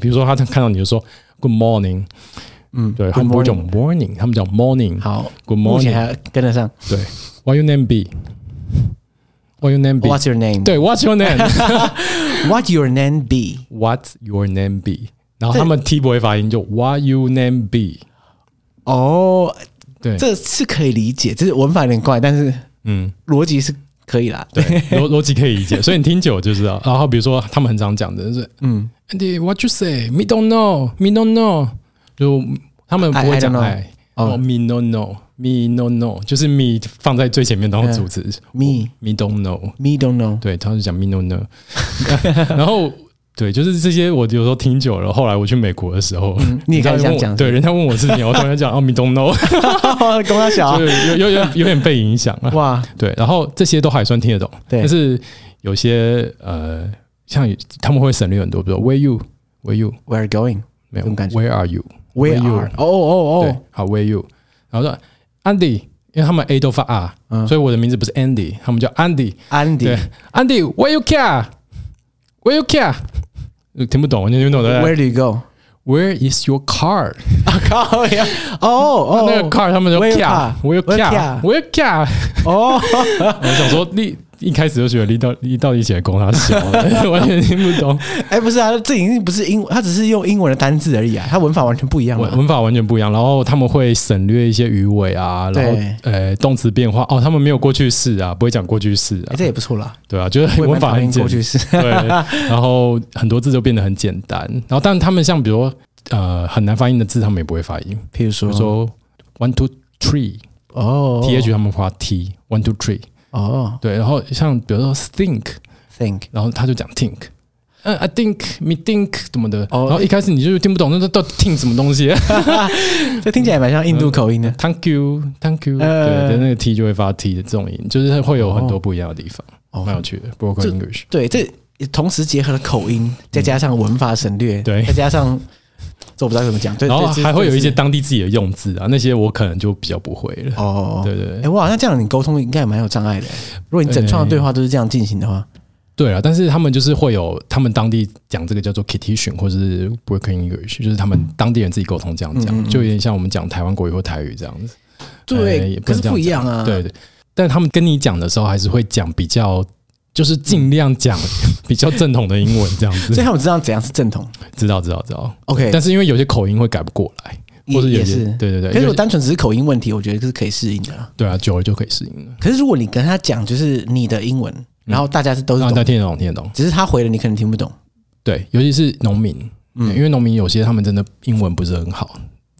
比如说他看到你就说 Good morning，
嗯，
对
Good
他们不
morning
会讲 morning，他们讲 morning，Good
好，目前
morning，
还跟得上。
对，What your name be？What your name be？
What's your name？
对，What's your name？What's
，What your name be？
your name be？然后他们 T 不会发音，就 What your name be？
哦，
对，
这是可以理解，就是文法有点怪，但是
嗯，
逻辑是可以啦。 对，
逻逻辑可以理解，所以你听久就知道。然后比如说他们很常讲的就是
嗯，
Andy，what you say？Me don't know，me don't know，就他们不
I-
会
I don't
讲
know
爱
哦
哦，me no no，me no no，就是 me 放在最前面当做主词
嗯 me
，me don't know，
me don't know。
对，他就讲 me no no，然后。对，就是这些。我有时候听久了，后来我去美国的时候，
嗯你也开始
人家问
这样
我
讲
对，人家问我是你，我突然讲哦，me don't know，
公他小啊
就有有有有点被影响了。
哇，
对，然后这些都还算听得懂，
对
但是有些呃，像他们会省略很多，比如说 Where you Where you
Where going？
没有
这种感觉
Where are you
Where
you？
are？哦哦
对
哦，，
好 Where you，然后说 Andy，因为他们 A 都发 R，、
嗯
所以我的名字不是 Andy，他们叫 Andy，对
，Andy。
Andy Where you care，Where you care，呃听不懂，你听不懂对不对
Where do you go？
？Where is your car？、
啊靠呀！哦哦，
那个 car 他们就
Where your car？Where your
care，Where you
car？
care，Where you care，
哦，
我想说你一开始就觉得你到你到底写的公他小 了，完全听不懂，
哎、不是啊，这已经不是英文，它只是用英文的单字而已啊，它文法完全不一样
文
了。
文法完全不一样。然后他们会省略一些鱼尾啊，然后
对
呃动词变化哦，他们没有过去式啊，不会讲过去式
哎、
啊，
这也不错啦，
对啊，就是
我也
文
蛮
法
讨
很
厌
简
过去式。
对， 然后很多字就变得很简单。然后，但他们像比如说呃很难发音的字，他们也不会发音，
譬如
比
说，
如说 one two three
哦
t h 他们发 t one two three，
哦
对，然后像比如说 think，
，think
然后他就讲 think。嗯，I think, me think 什么的，
哦
然后一开始你就听不懂，那那到底 think 什么东西
这听起来蛮像印度口音的。
？Thank you, thank you，
呃
对，但那个 t 就会发 t 的这种音，就是会有很多不一样的地方，
哦
蛮有趣的。Broken
这
English，
对，这同时结合了口音，再加上文法省略，
嗯对
再加上这我不知道怎么讲，对，
然后
对这
还会有一些
这是
当地自己的用字啊，那些我可能就比较不会了。
哦，
对对对
哎、哇，那这样你沟通应该也蛮有障碍的。如果你整串的对话都是这样进行的话，
对啊，但是他们就是会有他们当地讲这个叫做 Kitchen 或者是 Broken English，就是他们当地人自己沟通这样讲，
嗯嗯嗯
就有点像我们讲台湾国语或台语这样子。哎
对，
也不
可
能
是
这
不一样
讲
啊。
对对，但他们跟你讲的时候，还是会讲比较，就是尽量讲 比较正统的英文这样
所以
子。
他们知道怎样是正统。
知道知道知道，
OK，
但是因为有些口音会改不过来，或者
也
有
也
些
是
对对对，
可是
因
我
为
单纯只是口音问题，我觉得是可以适应的啦。
对啊，久了就可以适应了，
可是如果你跟他讲就是你的英
嗯
文，然后大家是都是
让
懂，
他听得懂听得懂。
只是他回了你可能听不懂，
对，尤其是农民，
嗯
因为农民有些他们真的英文不是很好，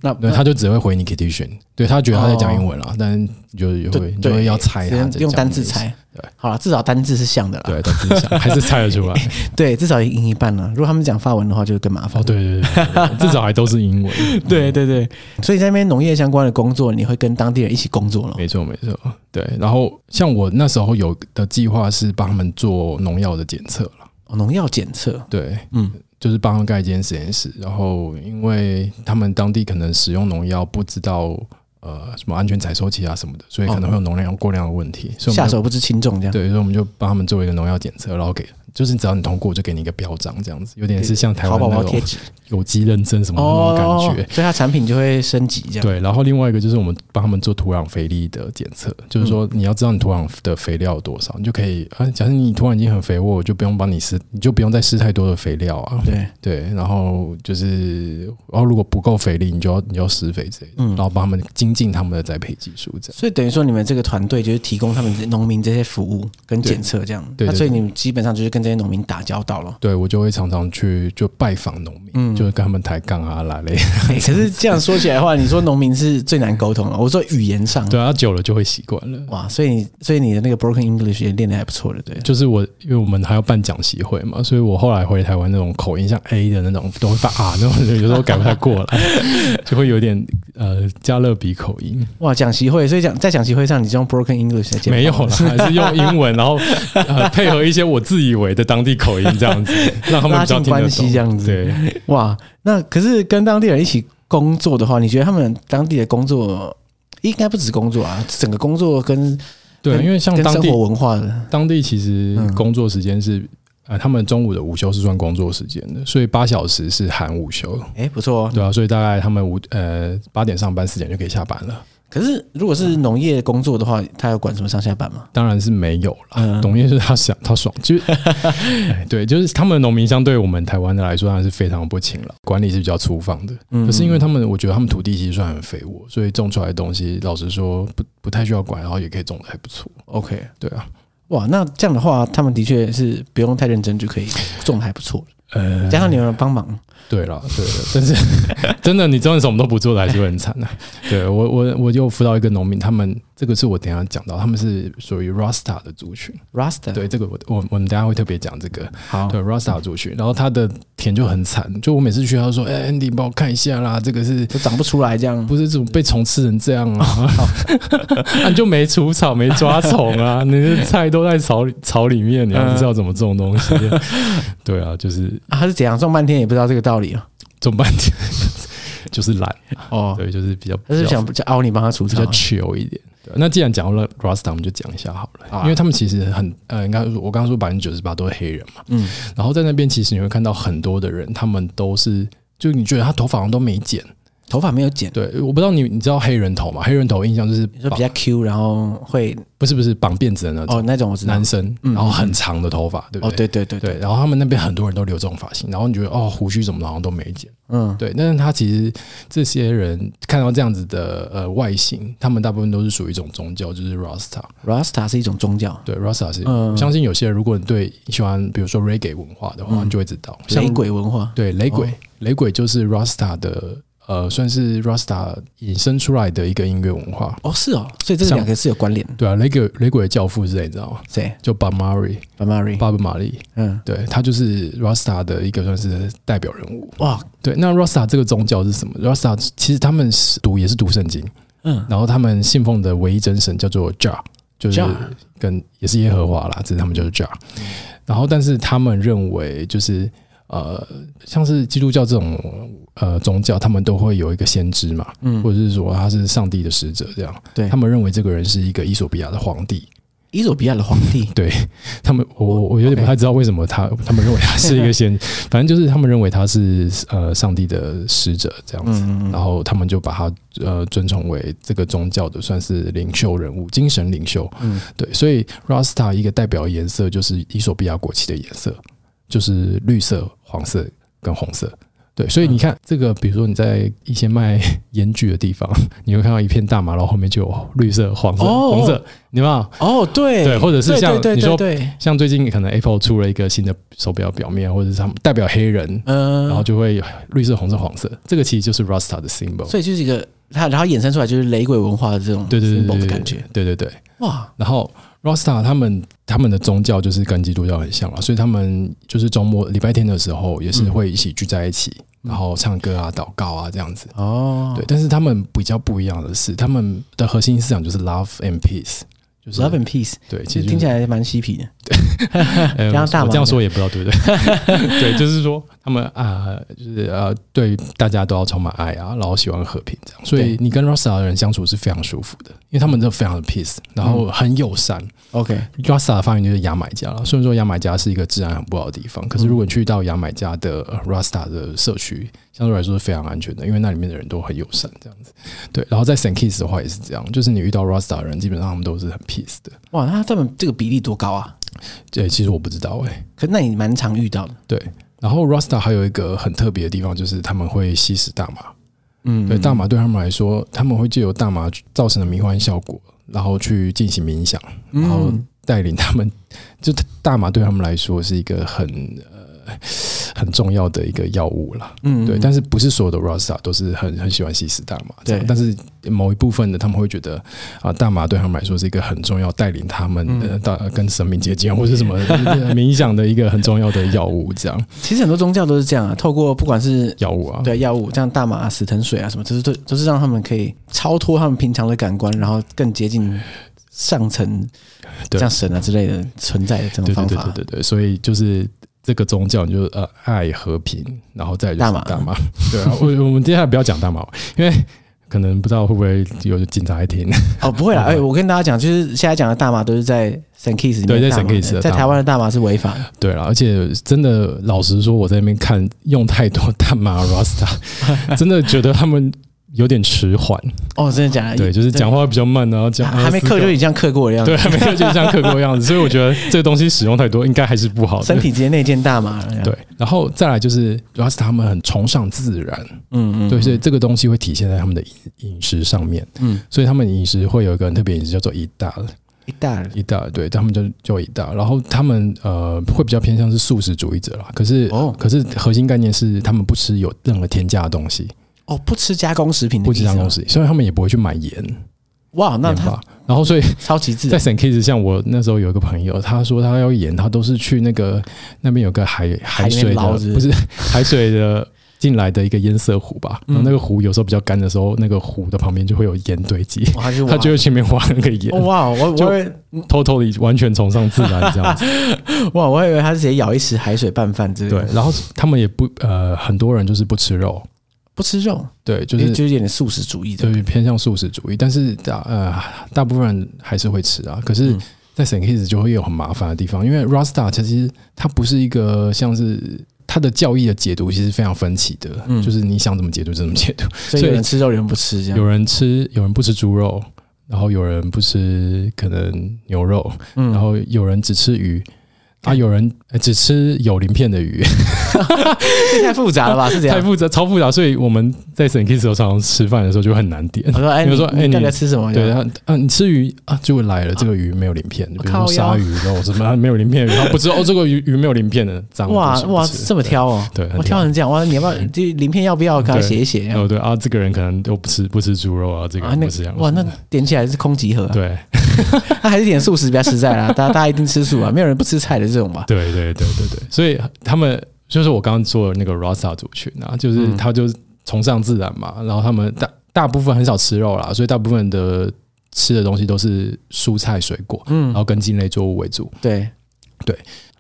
那
对，
那
他就只会回你 Kitchen，对他觉得他在讲英文啦，但就就
哦对
会就会要猜
只
他
能
在
用
讲
单
的
字
意思，
猜
对。
好了，至少单字是像的啦。
对，单字想还是猜 得出来。
对，至少赢一半了。如果他们讲法文的话，就更麻
哦，
烦。
对对对对，对至少还都是英文，
对对对，所以在那边农业相关的工作，你会跟当地人一起工作了。
没错没错。对，然后像我那时候有的计划是帮他们做农药的检测了，
哦农药检测，
对，
嗯，
就是帮他们盖一间实验室，然后因为他们当地可能使用农药不知道。呃，什么安全采收期啊什么的，所以可能会有农量过量的问题，所以我们
嗯下
就
手不知轻重这样。
对，所以我们就帮他们做一个农药检测，然后给就是只要你通过，就给你一个标章，这样子，有点是像台
淘
湾
宝
那
包贴
种
纸
有机认证什么
哦
的那种感觉。
所以它产品就会升级这样。
对，然后另外一个就是我们帮他们做土壤肥力的检测，就是说
嗯
你要知道你土壤的肥料有多少，你就可以啊。假设你土壤已经很肥沃，我就不用帮你施，你就不用再施太多的肥料啊。
对，
对，然后就是，然后如果不够肥力，你就要你就要施肥之类的，
嗯
然后帮他们精进他们的栽培技术，这样。
所以等于说你们这个团队就是提供他们农民这些服务跟检测这样。
对
那
对对
所以你们基本上就是跟这些农民打交道 了。
对我就会常常去就拜访农民，
嗯
就是跟他们抬杠啊、拉嘞。
哎可是这样说起来的话，你说农民是最难沟通的。我说语言上，
对啊，久了就会习惯了。
哇，所以你所以你的那个 broken English 也练得还不错的，对。
就是我，因为我们还要办讲习会嘛，所以我后来回台湾那种口音像 A 的那种，都会发啊，那种有时候改不太 过来，就会有点呃加勒比口音。
哇，讲习会，所以讲在讲习会上，你就用 broken English 来讲。
没有啦，还是用英文，然 后呃配合一些我自以为的当地口音这样子，让他们比较
拉近
听得
关系
懂
这样子
对，
哇，那可是跟当地人一起工作的话，你觉得他们当地的工作应该不止工作啊，整个工作跟
对，
跟
因为像
跟
当
生
地
活文化的
当地其实
嗯
工作时间是。呃，他们中午的午休是算工作时间的，所以八小时是含午休，
哎、不错哦。
对啊，所以大概他们五呃八点上班，四点就可以下班了。
可是如果是农业工作的话，他要管什么上下班吗？
当然是没有啦，
嗯
农业是他想他爽，就是 哎对，就是他们的农民相对我们台湾的来说，当然是非常不勤劳，管理是比较粗放的。
嗯
可是因为他们，我觉得他们土地其实算很肥沃，所以种出来的东西，老实说不不太需要管，然后也可以种的还不错。
OK，
对啊，
哇，那这样的话，他们的确是不用太认真就可以种的还不错，
呃，
加上你有人帮忙，
对了，对了，但是 真的，你真的什么都不做的，还是会很惨的、对我，我我就辅导一个农民，他们这个是我等一下讲到，他们是属于 Rasta 的族群。
Rasta
对，这个我我我们等一下会特别讲这个。
好
对 Rasta 族群，然后他的田就很惨，就我每次去他就说，哎、a n d y 帮我看一下啦，这个是
都长不出来这样。
不是怎么被虫吃成这样啊？ 啊你就没除草，没抓虫啊， 你的菜都在草里草里面，你还不知道怎么种东西？对啊，就是
啊他是怎样种半天也不知道这个道理啊？
种半天 就是懒，
哦，
对，就是比较
他是
比较
想叫凹你帮他除
比
草
较
啊。
chill 一点。对那既然讲到了 Rasta，我们就讲一下好了，
好啊
因为他们其实很呃，应该说我刚刚说百分之九十八都是黑人嘛，
嗯，
然后在那边其实你会看到很多的人，他们都是就你觉得他头发好像都没剪，
头发没有剪，
对，我不知道你你知道黑人头吗？黑人头印象就是
嗯你说比
绑
较 Q，然后会
不是不是绑辫子的那种
哦那种我知道
男，生，然后很长的头发，对
嗯
不
哦
对？
对对对对，
对，然后他们那边很多人都留这种发型，然后你觉得哦，胡须怎么好像都没剪，
嗯，
对，但是他其实这些人看到这样子的呃外形，他们大部分都是属于一种宗教，就是 Rasta。
Rasta 是一种宗教，
对，Rasta 是，
嗯
我相信有些人如果你对你喜欢，比如说 Reggae 文化的话，你就会知道，
嗯
像
雷鬼文化，
对雷鬼，
哦
雷鬼就是 Rasta 的呃，算是 Rasta 引申出来的一个音乐文化。
哦是哦，所以这两个是有关联。
对啊，雷鬼雷鬼的教父是谁？你知道吗？
谁
就 Bob Marley，
b a m a r i
巴布马利，
嗯，
对他就是 Rasta 的一个算是代表人物。
哇，
对，那 Rasta 这个宗教是什么？Rasta 其实他们是读也是读圣经，
嗯，
然后他们信奉的唯一真神叫做 Jah，就是
Jah
跟也是耶和华啦，只是他们就是 Jah。然后，但是他们认为就是呃，像是基督教这种呃宗教，他们都会有一个先知嘛，
嗯
或者是说他是上帝的使者这样。
对
他们认为这个人是一个伊索比亚的皇帝。
伊索比亚的皇帝，
对他们，我我我有点不太知道为什么他他们认为他是一个先， 反正就是他们认为他是呃上帝的使者这样子，
嗯嗯嗯
然后他们就把他呃尊崇为这个宗教的算是领袖人物、精神领袖。
嗯，
对，所以 Rasta 一个代表颜色就是伊索比亚国旗的颜色，就是绿色、黄色跟红色。对，所以你看，这个比如说你在一些卖烟具的地方，你会看到一片大马路后面就有绿色、黄色、
哦
红色，你有没有？
哦对
对或者是像
对对
你
对对
说
对，
像最近可能 Apple 出了一个新的手表表面，或者是他们代表黑人，
嗯，
然后就会绿色、红色、黄色，这个其实就是 Rasta 的 symbol。
所以就是一个它，然后衍生出来就是雷鬼文化的这种
对对对
symbol
对
的
对
感觉，
对对对。
哇，
然后 Rasta 他们他们的宗教就是跟基督教很像了，所以他们就是周末礼拜天的时候也是
嗯
会一起聚在一起，然后唱歌啊、祷告啊这样子。
哦，
对，但是他们比较不一样的是，他们的核心思想就是 love and peace，就是
Love and Peace，
对，
其实
其实就是
听起来蛮嬉皮的，
呃
这样大
我
吗
这样说也不知道对不对？ 对，就是说他们啊、就是呃，对大家都要充满爱啊，然后喜欢和平这样。所
对
以你跟 Rasta 的人相处是非常舒服的，因为他们都非常的 peace，然后
嗯
很友善。
OK，
Rasta 的发源地就是牙买加了，虽然说牙买加是一个治安很不好的地方，可是如果你去到牙买加的呃 Rasta 的社区，相对来说是非常安全的，因为那里面的人都很友善这样子。对，然后在 Saint Kitts 的话也是这样，就是你遇到 Rasta 的人，基本上他们都是很 peace 的。
哇，那他们这个比例多高啊？
对，其实我不知道哎、
可那你蛮常遇到的，
对，然后 Rasta 还有一个很特别的地方，就是他们会吸食大麻。
嗯，
对，大麻对他们来说，他们会借由大麻造成的迷幻效果，然后去进行冥想，
嗯
然后带领他们。就大麻对他们来说是一个很呃很重要的一个药物啦。
嗯
对，但是不是所有的 Rasta 都是很很喜欢吸食大麻这
对
样，但是某一部分的他们会觉得啊、大麻对他们来说是一个很重要带领他们
嗯
呃到跟神明接近或者什么 冥想的一个很重要的药物这样
其实很多宗教都是这样啊，透过不管是
药物啊。
对药物，像大麻啊、死藤水啊什么，就是都都是让他们可以超脱他们平常的感官，然后更接近上层，
对
像神啊之类的存在的这种
对对
方
对
法
对。对对，所以就是这个宗教，你就呃爱和平，然后再就是
大麻
大麻， 对啊，我我们接下来不要讲大麻，因为可能不知道会不会有警察来听。
哦，不会啦，
对
哎，我跟大家讲，就是现在讲的大麻都是在 San Kiss 里面
对
的
在
大麻
Saint Kitts 的
在
大麻
台湾的大麻是违法的。
对啊了，而且真的老实说，我在那边看用太多大麻 Rasta，真的觉得他们有点迟缓，
哦，真的假的？啊
对，就是讲话比较慢，然后讲
还还没
克
刻就已经像刻过一样，
对，还没克就像克过的样子，所以我觉得这个东西使用太多应该还是不好的。
身体直接内建大麻了。
对，然后再来就是主要是他们很崇尚自然，
嗯，嗯嗯，
对，所以这个东西会体现在他们的饮饮食上面。
嗯，
所以他们饮食会有一个很特别饮食叫做一大
一大人
一大，对他们就就一大。然后他们呃会比较偏向是素食主义者啦，可是、
哦
可是核心概念是他们不吃有任何添加的东西，
哦，不吃加工食品的
不
意思
吃
吗，
加工食品，所以他们也不会去买盐
哇，那
盐
他
巴。然后所以
超级自
在
然，
Saint Kitts，像我那时候有一个朋友，他说他要演，他都是去那个那边有个海海
里面
水的
捞是，不
不
是
是海水的进来的一个淹色湖吧。然后
嗯
那个湖有时候比较干的时候，那个湖的旁边就会有盐堆积，
哇，他就
他就会去那边挖那
哦
个盐，
哇，我我
就
以为
偷偷的完全崇尚自然这 样子。
哇，我还以为他是直接舀一匙海水拌饭之类
对
的，，
然后他们也不呃，很多人就是不吃肉，
不吃肉，
对，就
就是就有点素食主义
就
的。
是偏向素食主义，但是大呃大部分人还是会吃啊。可是
嗯，
在 Saint Kitts 就会有很麻烦的地方，因为 Rasta 其实它不是一个像是它的教义的解读其实非常分歧的，
嗯
就是你想怎么解读就怎么解读。
所以有人吃肉，有人不吃，这样
有人吃，有人不吃猪肉，然后有人不吃可能牛肉，
嗯
然后有人只吃鱼，啊，
对
有人呃只吃有鳞片的鱼，
这太复杂了吧？是这样
太。复杂，超复杂，所以我们在 St. Kitts 的时候常常吃饭的时候就很难点
我。说，哎，
比
你
如说哎
你到底
你
在吃什么？
对，然后啊，你吃鱼啊，就会来了。这个鱼没有鳞片，比如
靠
说
腰
鲨鱼肉什么啊没有鳞片的鱼，然后不知道哦，这个鱼鱼没有鳞片的，脏的
哇
不行
哇，
不吃
这么挑哦，
对，很
我挑成这 样，哇，你要不要这鳞片要不要？给他
对
写一写。
哦对啊，这个人可能都不吃不吃猪肉啊，这个
啊，
人
那
不吃羊肉
哇，那点起来是空集合啊，
对
他还是点素食比较实在啦。大家大家一定吃素啊，没有人不吃菜的这种吧？
对对对对对，所以他们就是我刚刚说的那个 Rasta 族群啊，就是
嗯
他就崇尚自然嘛，然后他们大大部分很少吃肉啦，所以大部分的吃的东西都是蔬菜水果，然
嗯，
后跟茎类作物为主。
对，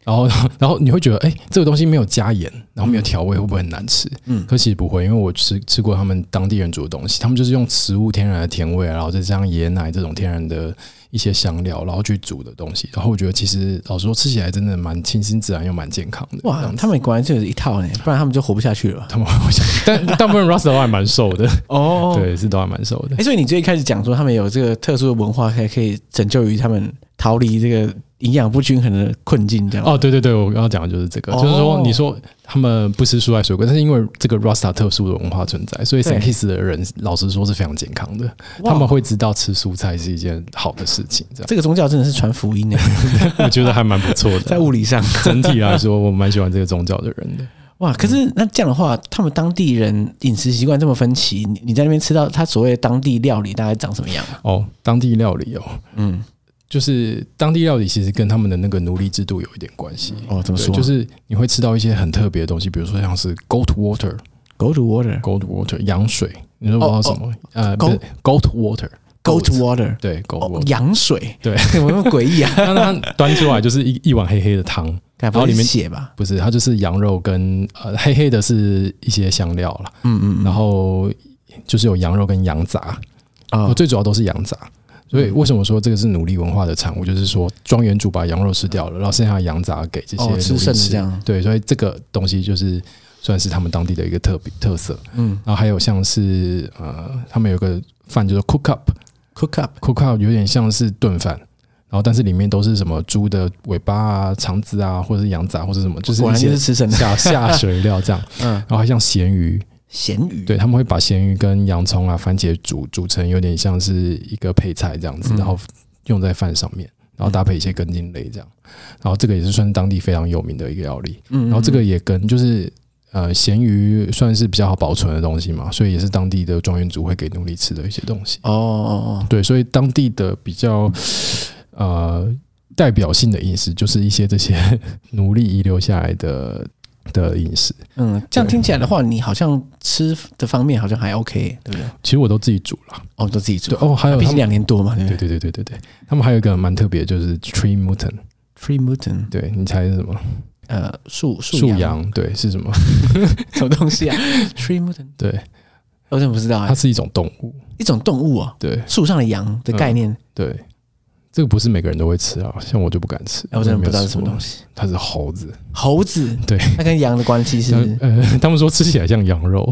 然后， 然后你会觉得，哎、这个东西没有加盐，然后没有调味，会不会很难吃？
嗯
可其实不会，因为我吃吃过他们当地人煮的东西，他们就是用食物天然的甜味，啊然后再加上椰奶这种天然的一些香料，然后去煮的东西。然后我觉得，其实老实说，吃起来真的蛮清新自然又蛮健康的。这
哇
样，子
他们果然就是一套呢，不然他们就活不下去了吧。
他们好像， 但大部分 Rasta 都还蛮瘦的，
哦，
对，是都还蛮瘦的
哎，。所以你最一开始讲说他们有这个特殊的文化，可以可以拯救于他们逃离这个营养不均衡的困境，这样。
哦，对对对，我刚刚讲的就是这个，
哦
就是说你说他们不吃蔬菜水果，但是因为这个 Rasta 特殊的文化存在，所以
对
San Kiss 的人老实说是非常健康的，
哇
他们会知道吃蔬菜是一件好的事情，这
这个宗教真的是传福音呢，欸
样我觉得还蛮不错的。
在物理上。
整体来说，我蛮喜欢这个宗教的人的。
哇，可是那这样的话，他们当地人饮食习惯这么分歧，你你在那边吃到他所谓的当地料理大概长什么样啊？
哦，当地料理哦，
嗯，
就是当地料理其实跟他们的那个奴隶制度有一点关系。
哦，怎么
对
说啊？
就是你会吃到一些很特别的东西，比如说像是 goat water、
Go to water,
goat water 羊水，你都不知道什么？呃，不是
哦 goat-
goat water，
go to water，
对 goat
哦
water，，
羊水，
对，
怎么那么诡异 啊？
那它端出来就是一一碗黑黑的汤，
然
后里面
写吧，
不是，它就是羊肉跟呃黑黑的是一些香料啦，
嗯嗯，
然后就是有羊肉跟羊杂，
啊
我，最主要都是羊杂。所以为什么说这个是奴隶文化的产物？就是说庄园主把羊肉吃掉了，然后剩下的羊杂给这些奴
哦
隶
吃剩的这样
对，所以这个东西就是算是他们当地的一个特别特色。
嗯
然后还有像是呃，他们有个饭叫做 cook up，
，cook up，
cook out 有点像是炖饭，然后但是里面都是什么猪的尾巴啊、肠子啊，或者是羊杂或者什么，就是
果
一
然就
些嗯
是吃剩的，
下下水料这样。
嗯，
然后还像咸鱼，
咸鱼，
对他们会把咸鱼跟洋葱啊、番茄煮煮成有点像是一个配菜这样子，
嗯
然后用在饭上面，然后搭配一些根茎类这样。然后这个也是算是当地非常有名的一个料理。
嗯，嗯，
然后这个也跟就是呃咸鱼算是比较好保存的东西嘛，所以也是当地的庄园主会给奴隶吃的一些东西。
嗯，哦哦
对，所以当地的比较呃代表性的饮食，就是一些这些奴隶遗留下来的的饮食。
哦，嗯，这样听起来的话，你好像吃的方面好像还 OK，对不对？
其实我都自己煮了。
哦，都自己
对
做，
哦，还有
毕
他
竟
们，
两年多嘛，对不
对
对
对对对对对，他们还有一个蛮特别，就是 tree mutton。
？Tree mutton，
对你猜是什么？
呃，树
树
羊，
羊。对，是什么？
什么东西 啊？Tree mutton，
对，
我真的不知道啊
它，是一种动物。
一种动物啊，
对
树上的羊
嗯
的概念，
对，这个不是每个人都会吃啊，像我就不敢吃。
哎我真的不
没有
知道
吃
是什么
过
东。西。
它是猴子，
猴子，
对，
那跟羊的关系是不是？
呃， 他们说吃起来像羊肉，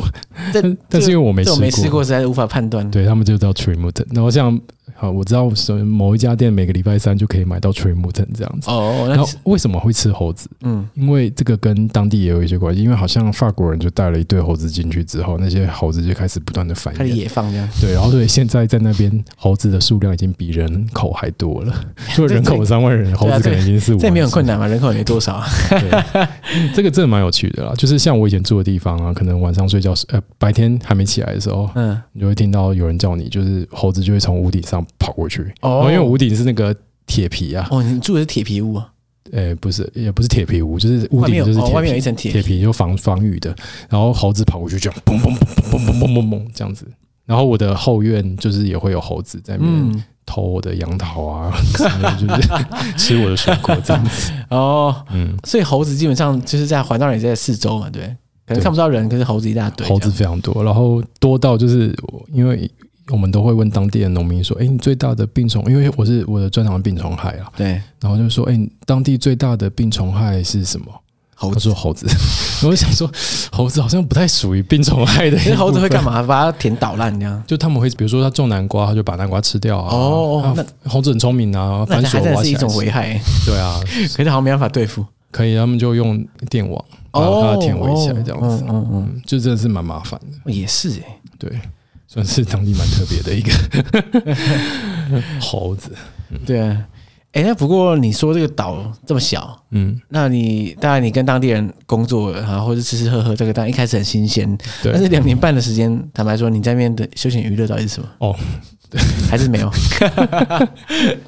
这
但是因为我没
这
吃
我
过，
没吃过，实在是无法判断。
对他们就叫 tree mutton。然后像好，我知道是某一家店每个礼拜三就可以买到 tree mutton 这样子。
哦，
然
那
后为什么会吃猴子？
嗯，
因为这个跟当地也有一些关系，因为好像法国人就带了一堆猴子进去之后，那些猴子就开始不断的繁
开始
衍。
野放这样，
对，然后所以现在在那边猴子的数量已经比人口还多 了，就人口三万人，猴子可能已经是五万。
啊这也没有很困难嘛，人口也没多少啊。
对，这个真的蛮有趣的啦。就是像我以前住的地方啊，可能晚上睡觉时，呃，白天还没起来的时候，
嗯，
你就会听到有人叫你，就是猴子就会从屋顶上跑过去。然
哦
后因为屋顶是那个铁皮啊，
哦，你住的是铁皮屋啊，
呃，不是，也不是铁皮屋，就是屋
外
顶
面
就是
有哦，
铁
外面有
皮
一，层铁
铁
皮，
皮就防防雨的。然后猴子跑过去就砰砰砰砰砰砰砰砰这样子。然后我的后院就是也会有猴子在那边
嗯，
偷我的杨桃啊， 就是 吃我的水果这样子。
哦，
嗯，
所以猴子基本上就是在环绕你在四周嘛，对，可能
对
看不到人，可是猴子一大堆，
猴子，非常多，然后多到就是我因为我们都会问当地的农民说：“哎、你最大的病虫，因为我是我的专长是病虫害啊。
对，”
然后就说：“哎、你当地最大的病虫害是什么？”
猴子，
他说猴子， 我就想说猴子好像不太属于病虫害的一
因
部分，
为猴子会干嘛？把它舔捣烂这 样。
就他们会，比如说他种南瓜，他就把南瓜吃掉啊。
哦
啊猴子很聪明啊，
那
反手
还真的
挖
是一
起来
种
吃。
危害，
对啊，
可是好像没办法对付。
可以，他们就用电网把它
哦，
舔围起来，这样子，
哦嗯嗯
嗯就真的是蛮麻烦的。
嗯，也是哎。
对，算是当地蛮特别的一 个猴子。
对啊，哎，那不过你说这个岛这么小，
嗯，
那你当然你跟当地人工作啊，或者吃吃喝喝，这个当然一开始很新鲜，但
对，
是两年半的时间，坦白说，你在那边的休闲娱乐到底是什么？
哦，
还是 没有？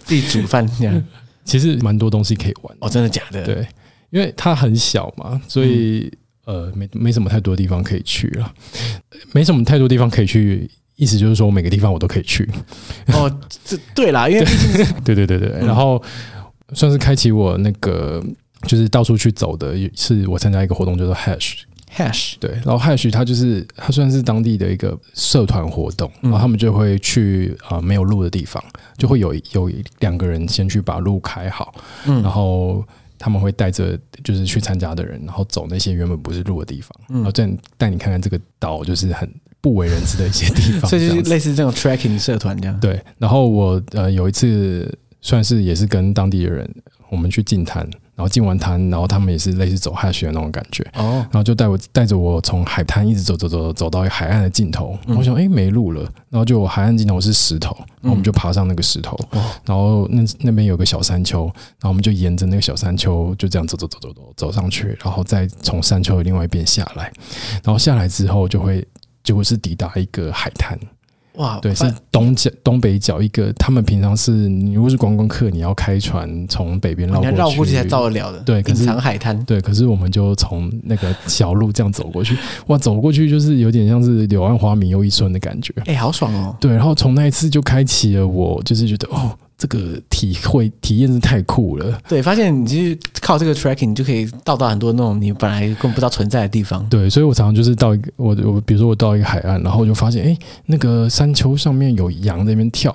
自己煮饭这样？
其实蛮多东西可以玩。
哦，真的假的？，
对，因为它很小嘛，所以、呃，没没什么太多地方可以去了，没什么太多地方可以去。意思就是说，我每个地方我都可以去。
哦，这对啦，因为
对对对对，
嗯
然后算是开启我那个就是到处去走的，是我参加一个活动叫做 Hash，
hash
对，然后 Hash 它就是它算是当地的一个社团活动，
嗯
然后他们就会去啊、呃没有路的地方，就会有有两个人先去把路开好，
嗯
然后。他们会带着就是去参加的人，然后走那些原本不是路的地方，
嗯
然后再带你看看这个岛，就是很不为人知的一些地 方。
所以
这
就是
样子
类似这种 tracking 社团这样。
对，然后我呃有一次算是也是跟当地的人，我们去进滩，然后进完滩，然后他们也是类似走 hash 的那种感觉，
哦，
然后就带我带着我从海滩一直走走走走到海岸的尽头，
嗯
我想哎、诶没路了，然后就海岸尽头是石头，然后我们就爬上那个石头，
哦
然后那那边有个小山丘，然后我们就沿着那个小山丘就这样走走走走走走上去，然后再从山丘的另外一边下来，然后下来之后就会结果是抵达一个海滩。
哇，
对，是
哦反
东角东北角一个，他们平常是你如果是观光客，你要开船从北边
哦
绕
你要
过去，
绕过去才到得了的。
对可
隐
是
藏海滩。
对，可是我们就从那个小路这样走过去，哇，走过去就是有点像是柳暗花明又一村的感觉。
哎，好爽哦！
对，然后从那一次就开启了我，就是觉得哦，这个体会体验是太酷了。
对，发现你其实靠这个 tracking 你就可以到达很多那种你本来根本不知道存在的地方。
对，所以我常常就是到一个我我比如说我到一个海岸，然后我就发现哎、诶那个山丘上面有羊在那边跳，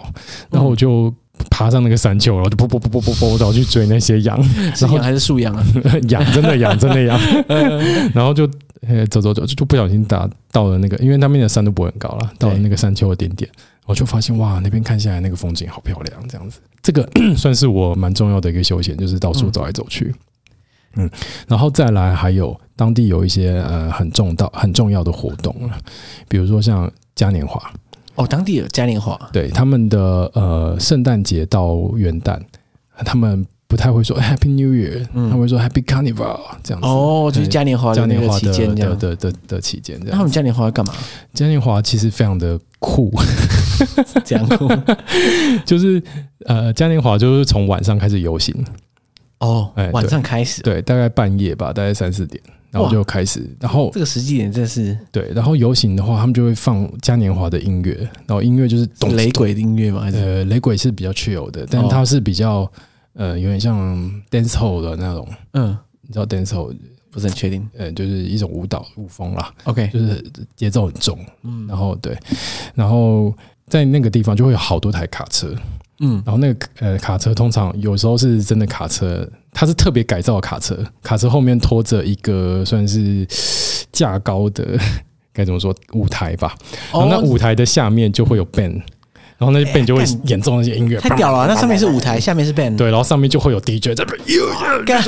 然后我就爬上那个山丘，然后就啵啵啵啵啵啵，然后去追那些羊。
是羊还是树羊啊？
养，真的养，真的养。然后就呃走走走，就就不小心打到了那个，因为那边的山都不会很高了，到了那个山丘的顶点，我就发现哇，那边看下来那个风景好漂亮，这样子。这个 算是我蛮重要的一个休闲，就是到处走来走去。嗯，然后再来还有当地有一些呃很重到很重要的活动啊，比如说像嘉年华，
哦，当地有嘉年华，
对他们的呃圣诞节到元旦，他们不太会说哎 Happy New Year，、
嗯
他们会说 Happy Carnival 这样子。
哦，就是嘉年华
嘉
的那
年
个
华
期
的
间这
的
样。
的的的期间这
那他
样
们，嘉年华要干 嘛？
嘉年华其实非常的酷，
这样
就是呃，嘉年华就是从晚上开始游行，
哦
哎，
晚上开始，
对，大概半夜吧，大概三四点，然后就开始，然后
这个时机点真的是
对，然后游行的话，他们就会放嘉年华的音乐，然后音乐就是咚
雷，鬼哦的音乐吗？还
咚
是
呃，雷鬼是比较 chill 的，但它是比较呃，有点像 dance hall 的那种，
嗯，
你知道 dance hall，
不是很确定。
呃，就是一种舞蹈舞风啦，
OK，
就是节奏很重，
嗯
然后对，然后在那个地方就会有好多台卡车，
嗯
然后那个呃卡车通常有时候是真的卡车，它是特别改造的卡车，卡车后面拖着一个算是架高的 该怎么说舞台吧，
哦
然后那舞台的下面就会有 band，然后那些 band 就会
哎干
演奏那些音乐，
太屌了，啊那上面是舞台，下面是 band，，
对，然后上面就会有 DJ 在那边
干，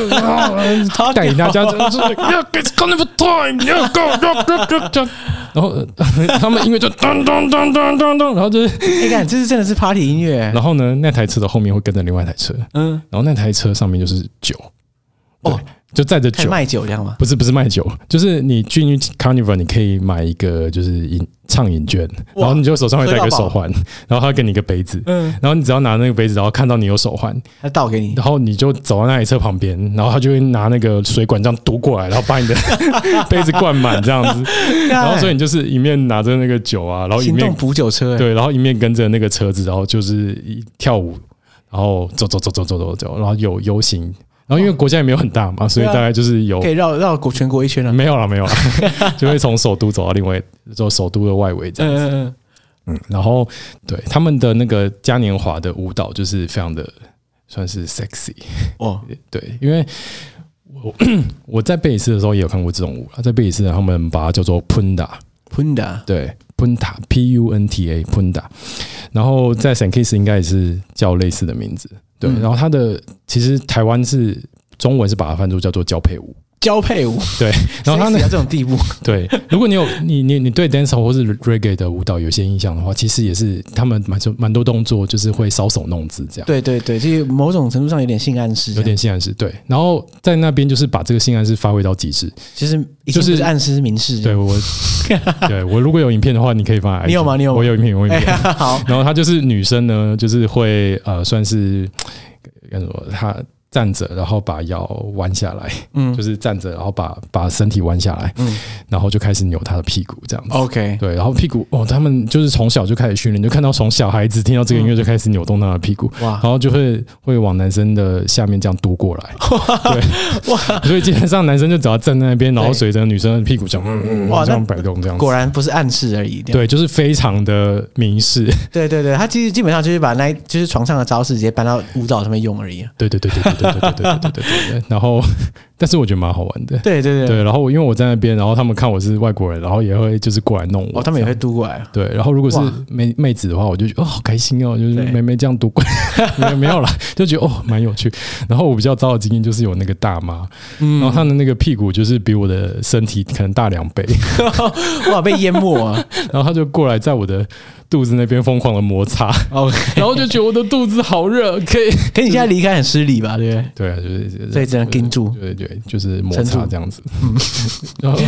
好
带领大家
屌哦
就是 Yeah, it's carnival time, yeah, go, go, go, go, go。然后呃他们音乐就咚咚咚咚咚咚，然后就是，
哎干，这是真的是 party 音乐，
然后呢，那台车的后面会跟着另外一台车，
嗯，
然后那台车上面就是酒，对
哦，
就载着
开始
酒，
卖酒这样吗？
不是不是卖酒，就是你进去 Carnival，你可以买一个就是饮畅饮券，
哇
然后你就手上会戴一
喝
个
到饱
手环，然后他会给你一个杯子。
嗯，
然后你只要拿那个杯子，然后看到你有手环，
他倒给你，
然后你就走到那台车旁边，然后他就会拿那个水管这样嘟过来，然后把你的 杯子灌满这样子。然后所以你就是一面拿着那个酒啊，然后
哎
一
行
面
动补酒车，哎，
对，然后一面跟着那个车子，然后就是一跳舞，然后走走走走走走走，然后有游行，然后因为国家也没有很大嘛，所以
对啊
大概就是有
可以绕绕国全国一圈啊了，
没有了没有了， 就会从首都走到另外走首都的外围这样。
嗯嗯嗯，
然后对他们的那个嘉年华的舞蹈就是非常的算是 sexy，
哦，
对，因为我我在贝里斯的时候也有看过这种舞啊，在贝里斯他们把它叫做 Punda，
Punda
对，Punta P U N T A Punta，然后在 San Kiss 应该也是叫类似的名字，对，
嗯
然后它的其实台湾是中文是把它翻作叫做交配舞，
交配舞，
对，然后它
谁
那
死到这种地步，
对，如果你有你你你对 dancehall 或是 reggae 的舞蹈有些印象的话，其实也是他们蛮多蛮多动作就是会搔首弄姿这样。
对对对，就是某种程度上有点性暗示，
有点，性暗示，对，然后在那边就是把这个性暗示发挥到极致。
其实已经
就
不
是
是暗示是明示，
对我， 对我如果有影片的话，你可以放在 IG。
你有吗你有吗哎
我有影片，我有影片。
好，
然后她就是女生呢，就是会呃，算是该怎么说？她站着，然后把腰弯下来，
嗯，
就是站着，然后把把身体弯下来，
嗯
然后就开始扭她的屁股这样子。
，OK，
对，然后屁股哦，他们就是从小就开始训练，就看到从小孩子听到这个音乐
嗯
就开始扭动他的屁股，
哇
然后就会会往男生的下面这样嘟过来。对，哇！所以基本上男生就只要站在那边，然后
对
随着女生的屁股这样，嗯嗯
哇
嗯，这样
那
摆动这样子。
果然不是暗示而已，
对，就是非常的明示。
对对对，他其实基本上就是把那就是床上的招式直接搬到舞蹈上面用而已。
对对对对对对对对对对对对。然后，但是我觉得蛮好玩的。
对对对，
对，然后我因为我在那边，然后他们看我是外国人，然后也会就是过来弄我。
哦，他们也会嘟过来，
对，然后如果是
哇
妹妹子的话，我就觉得哦好开心哦，就是
对
妹妹这样读 过，没没有啦，就觉得哦蛮有趣。然后我比较糟的经验就是有那个大妈，
嗯
然后她的那个屁股就是比我的身体可能大 两倍，
哇，被淹没啊！
然后她就过来在我的肚子那边疯狂的 摩擦，
哦，
然后就觉得我的肚子好热，可 以。
可你现在离开很失礼吧？对不对？
对啊，就是
所以只能盯住，
对对，就是摩
撑
擦
住嗯
这样子。 然后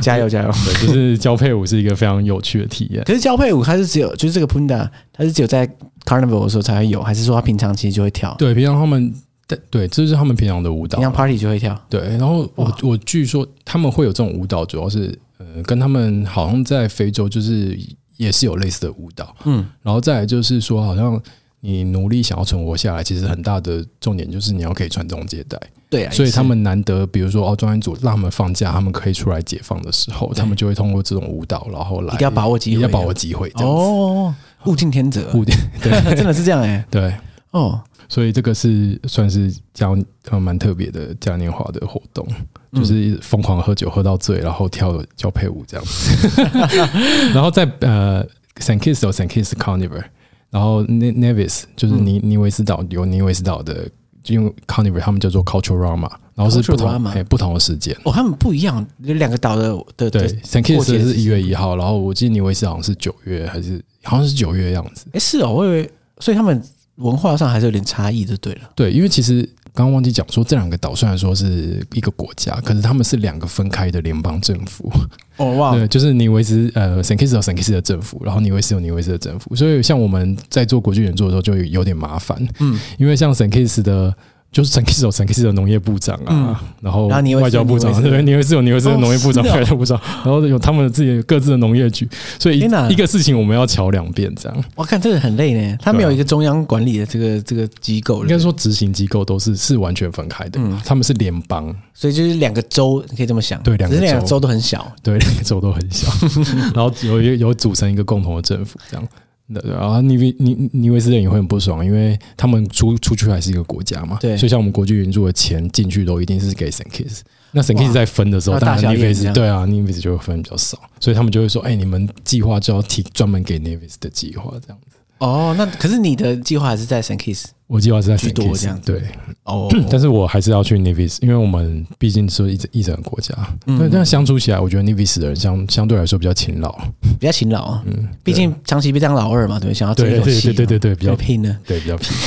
加油加油！
对，就是交配舞是一个非常有趣的体验。
可是交配舞它是只有就是这个 Punda，它是只有在 Carnival 的时候才会有，还是说它平常其实就会跳？
对，平常他们对对，这就是他们平常的舞蹈
平。常 party 就会跳。
对，然后我
哇
我据说他们会有这种舞蹈，主要是呃，跟他们好像在非洲就是也是有类似的舞蹈，
嗯，
然后再来就是说，好像你奴隶想要存活下来，其实很大的重点就是你要可以传宗接代，
对啊，
所以
也是
他们难得，比如说哦，专案组让他们放假，他们可以出来解放的时候，他们就会通过这种舞蹈，然后来
一定要把握机
一
会，啊
定要把握机会，这样子，
哦，物竞天择，
固定
真的是这样哎。
对。
哦，
所以这个是算是嘉呃蛮特别的嘉年华的活动，
嗯
就是疯狂喝酒喝到醉，然后跳交配舞这样子。 然后在呃 San Kiss 有 San Kiss Carnival，然后 Ne- Nevis 就是
嗯
尼、尼维斯岛有尼维斯岛的，就用 Carnival 他们叫做 Culturama，然后是不同
Culturama
哎不同的时间。
哦，他们不一样，有两个岛的的
对
的，
，San
过
Kiss
节
是
是
一月一号，然后我记得尼维斯好像是九月还是好像是九月的样子。
哎，是哦，我以为，所以他们文化上还是有点差异，就对了。
对，因为其实刚刚忘记讲说，这两个岛虽然说是一个国家，可是他们是两个分开的联邦政府。
哦哇
对，就是尼维斯呃，San Kitts 有 San Kitts 的政府，然后尼维斯有尼维斯的政府。所以像我们在做国际援助的时候，就有点麻烦，
嗯，
因为像 San Kitts 的。就是 San Kitts 有 San Kitts 的农业部长啊，然后
然后嗯尼维斯
外交部长
尼，维斯
对，尼维斯有尼维斯的
哦
农业部长、
是哦
外交部长，然后有他们自己各自的农业局，所以
天哪
一一个事情我们要瞧两遍，这样
我看这个很累呢，他没有一个中央管理的这个这个机构，
啊应该，说执行机构都是是完全分开的，
嗯
他们是联邦，
所以就是两个州，你可以这么想，
对两个
只是两个
州
州都很小，
对，两个州都很小， 然后有有有组成一个共同的政府这样。那然后尼维尼尼维斯人也会很不爽，因为他们出出去还是一个国家嘛，
对
所以像我们国际援助的钱进去都一定是给 San Kiss，那 San
哇
Kiss 在分的时候，
那
当
大小
然
也
Nevis
一样
对啊，Nevis 就会分比较少，所以他们就会说，哎、你们计划就要提专门给 Nevis 的计划这样子。
哦，那可是你的计划还是在 San Kiss
我计划是在 San
居多
Kiss，
这样子
对，
哦，
但是我还是要去 Nevis，因为我们毕竟是一整一整个国家，
嗯
那、这样相处起来，我觉得 Nevis 的人相相对来说比较勤劳，
比较勤劳啊，
嗯，
毕竟长期被当老二嘛，对，想要争一
对
口
对
气
对
嘛，
对对对，比较
拼呢。
对比较皮。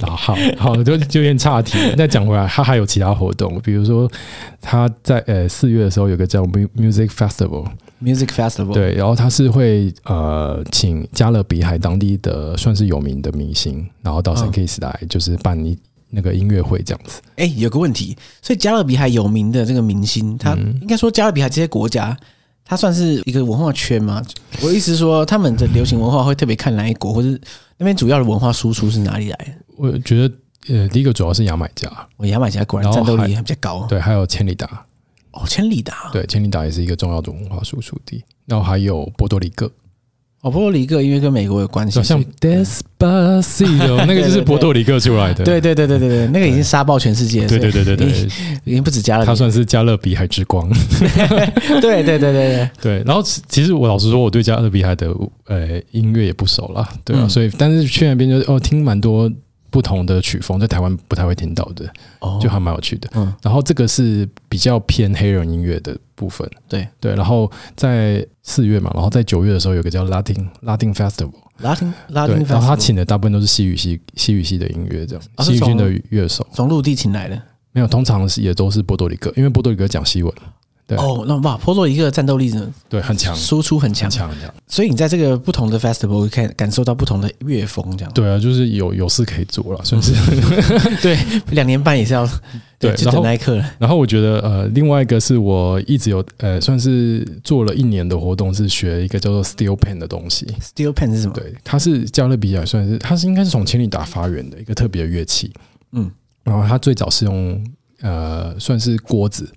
然后好好就就有点岔题。那讲回来，他还有其他活动，比如说他在呃四月的时候有个叫 Mu- Music Festival，
Music Festival，，
对，然后他是会呃请加勒比海当地的算是有名的明星，然后到 s
嗯
a n k i s 来就是办一那个音乐会这样子。
哎，有个问题，所以加勒比海有名的这个明星，他
嗯
应该说加勒比海这些国家。它算是一个文化圈吗？我的意思是说，他们的流行文化会特别看哪一国，或是那边主要的文化输出是哪里来的？
我觉得呃第一个主要是牙买加，
我牙买加果然
然
战
后
斗
还
力还比较高
对，还有千里达，
哦，千里达，
对，千里达也是一个重要的文化输出地。然后还有波多黎各，
哦，波多黎各因为跟美国有关系，
像
所以
Despacito 那个就是波多黎各出来的，
对对对对对对，那个已经杀爆全世界了，
对对
所以
对对对，
已经不止加勒
它
比，
算是加勒比海 之光。
对对对对 对，
对，然后其其实我老实说，我对加勒比海的呃音乐也不熟啦，对啊，
嗯
所以但是去那边就是哦，听蛮多不同的曲风，在台湾不太会听到的，
哦
就还蛮有趣的。
嗯
然后这个是比较偏黑人音乐的部分，
对
对。然后在四月嘛，然后在九月的时候有个叫拉丁拉丁 Festival，
拉丁拉
对
丁，，
然后他请的大部分都是西语系西语系的音乐这样，
啊是
西语系
从
的乐手
从陆地请来的，
没有，通常是也都是波多黎各，因为波多黎各讲西文，对
哦，那哇，波多黎各的战斗力呢，
对，很强，
输出很强
很，强，很强。
所以你在这个不同的 festival 可以感受到不同的乐风，这样
对啊，就是有有事可以做了，算是。
对，两年半也是要
对
就等
然后
那一刻了。
然后我觉得呃，另外一个是我一直有呃，算是做了一年的活动，是学一个叫做 Steel Pen 的东西。
Steel pen 是什么？
对，它是加勒比亚算是它是应该是从千里达发源的一个特别的乐器。
嗯，
然后它最早是用呃，算是锅子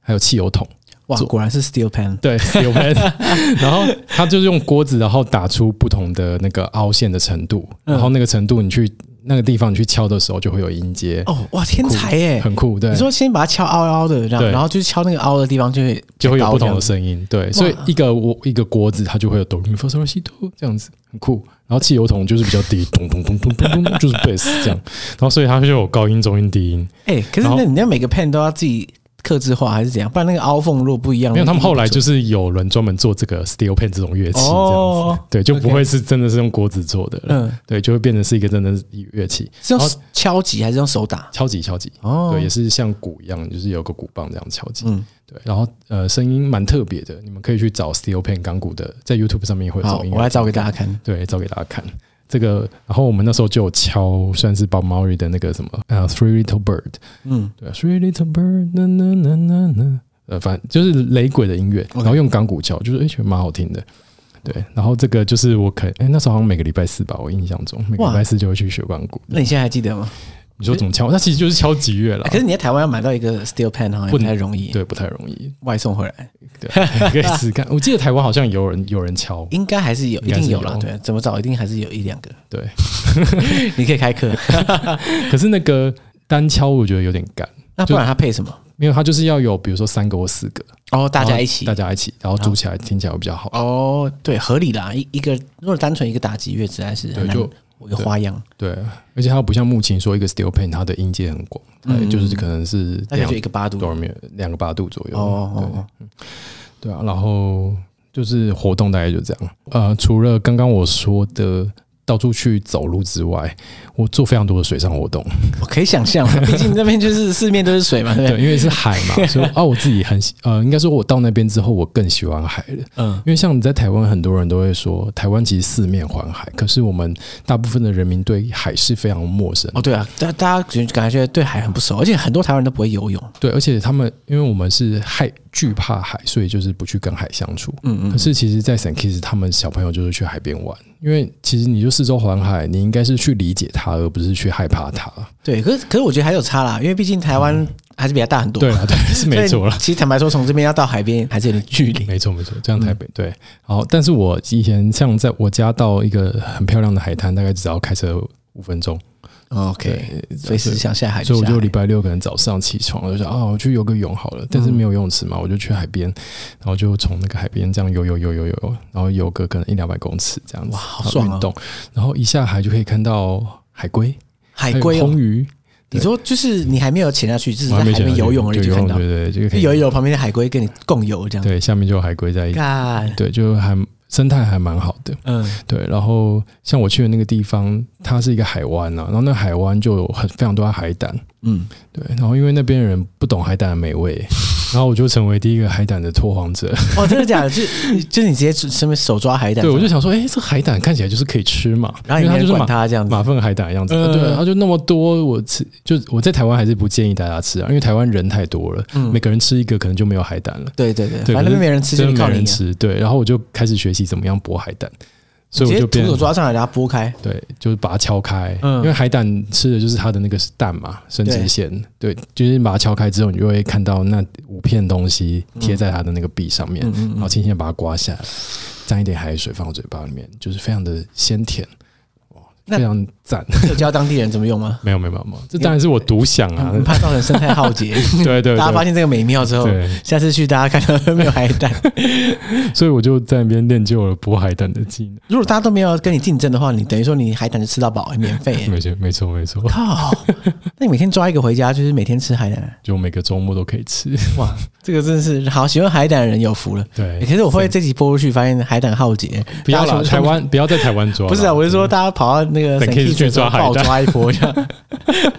还有汽油桶。
哇，
做
果然是 Steel pen。
对 steel pan，然后他就是用锅子，然后打出不同的那个凹陷的程度，
嗯
然后那个程度你去那个地方你去敲的时候就会有音阶，
哦，哇，天才耶！
很酷，对
你，说先把它敲凹凹的，然后
对
然后就是敲那个凹的地方就会
就会有不
凹这
同
样
的
子
声音，对，所以一个我一个锅子它就会有哆咪发嗦拉西哆这样子，很酷。然后汽油桶就是比较低，咚咚咚咚咚咚，就是 bass 这样，然后所以它就有高音、中音、低音。
哎，可是
然后
那你要每个 pen 都要自己克制化还是怎样？不然那个凹缝如果不一样，
没有，他们
那
后来
不准
就是有人专门做这个 steel pan 这种乐器，这样
哦
子，，对，就不
OK
会是真的是用锅子做的了，
嗯，
对，就会变成是一个真的是乐器。
是用
然
敲击还是用手打？
敲击敲击，
哦，
对，也是像鼓一样，就是有个鼓棒这样敲击，
嗯，
对，然后呃声音蛮特别的，你们可以去找 Steel Pan 钢鼓的，在 YouTube 上面会有这
好
种音，
我来
乐，
找给大家看。
对，找给大家看。这个，然后我们那时候就有敲，算是 Bob Marley 的那个什么，呃，Three Little Bird，
嗯，
对，Three Little Bird，na na na na na，呃，反正就是雷鬼的音乐，然后用钢鼓敲，就是哎，觉得蛮好听的，对。然后这个就是我可，哎，那时候好像每个礼拜四吧，我印象中每个
哇
礼拜四就会去学钢鼓。
那你现在还记得吗？
你说怎么敲？那其实就是敲击乐啦
哎可，是你在台湾要买到一个 Steel pen 好像也
不
不太容易，
对，不太容易。
外送回来
对，可 以试试看。我记得台湾好像有人有人敲，
应该还是有，
应
一
该是
定有啦。
有
对，怎么找一定还是有一两个。
对，
你可以开 课，
可是那个单敲我觉得有点干，
那不然他配什么？
因为它就是要有比如说三个或四个，
哦，大
然
家
后
一起
大。家一起，然后组起来听起来会比较好。
哦，对，合理啦。一一个如果单纯一个打击乐，实在是很
对
难
就
有一个花样，
对，而且它不像木琴说一个 steel pan，它的音阶很广，它
嗯
就是可能是
大概
两
就一个八度。
多
哦
少秒，两个八度左右。
哦哦，
对啊，然后就是活动大概就这样。呃，除了刚刚我说的到处去走路之外，我做非常多的水上活动。
我可以想象，啊 毕竟那边就是四面都是水嘛，对不
对，
对？
因为是海嘛，所以啊，我自己很喜呃，应该说我到那边之后，我更喜欢海了。
嗯
因为像你在台湾，很多人都会说，台湾其实四面环海，可是我们大部分的人民对海是非常陌生。
哦，对啊，大大家感感觉对海很不熟，而且很多台湾人都不会游泳。
对，而且他们因为我们是害惧怕海，所以就是不去跟海相处。
嗯
可
嗯，
是其实，在 San Kitts 他们小朋友就是去海边玩，因为其实你就四周环海，你应该是去理解它，而不是去害怕它。
对，可是可是我觉得还有差啦，因为毕竟台湾还是比较大很多。
对啊，嗯对，是没错啦。
其实坦白说，从这边要到海边还是有点距离。
没错没错，这样台
嗯
北、对。好，但是我以前像在我家到一个很漂亮的海滩，大概只要开车五分钟，
哦 OK，随时想下海就
所以我
下海。
就礼拜六可能早上起床，我就想啊，我去游个泳好了。但是没有游泳池
嗯
嘛，我就去海边，然后就从那个海边这样游游游游游，然后游个可能一两百公尺这样子，
哇好
然后
爽啊
运动，然后一下海就可以看到海龟、
海龟、
还有
哦
红，鱼，
你说就是你还没有潜下去，只是
我
在
还
海
没想
边
到
游泳而已
就
就
游
看
泳，
到，
对对，对，就可以
游一游旁边的海龟跟你共游这样。
对，下面就有海龟在一起，
干，
对，就还生态还蛮好的。
嗯，
对，然后像我去的那个地方，它是一个海湾啊，然后那海湾就有很非常多的海胆，
嗯，
对，然后因为那边的人不懂海胆的美味， 然后我就成为第一个海胆的拓荒者。
哦，真的假的？就 就是你直接身边手抓海胆，
对，我就想说，哎，这海胆看起来就是可以吃嘛，
然后
因
你
为它
没人
就是
管
马
它这样子。
马粪海胆的样子，
嗯
对，然后就那么多，我吃就我在台湾还是不建议大家吃啊，因为台湾人太多了，
嗯
每个人吃一个可能就没有海胆了，
对对对，
对
反正那边没人吃，就
真的
靠
没
你
人
啊。
吃。对，然后我就开始学习怎么样剥海胆，所以
直
我
接
就
徒
变
手抓上来，然后拨开。
对，就是把它敲开，
嗯
因为海胆吃的就是它的那个蛋嘛，生殖腺，对，就是把它敲开之后，你就会看到那五片东西贴在它的那个壁上面，
嗯嗯
然后
嗯，
轻轻地把它刮下来，沾一点海水放到嘴巴里面，就是非常的鲜甜，哇，
那
非常赞。
有教当地人怎么用吗？
没有没有没有没有，这当然是我独享 啊
很，怕造成生态浩劫。
对对
大家发
对，
现这个美妙之后，
对，
下次去大家看到没有海 胆。
所以我就在那边练就了剥海胆的技能。
如果大家都没有跟你竞争的话，你等于说你海胆就吃到饱，免费耶。
没错没错 没错，
靠！那你每天抓一个回家，就是每天吃海胆，
就每个周末都可以吃。
哇，这个真的是好喜欢海胆的人有福了。欸
对，
可是我发现这集播出去，发现海胆浩劫，
不要
大家
啦，
说
台湾不要在台湾抓 啦。
不是啊，我是说大家跑到那个
等 Kiss 去抓海胆
暴抓一波这样。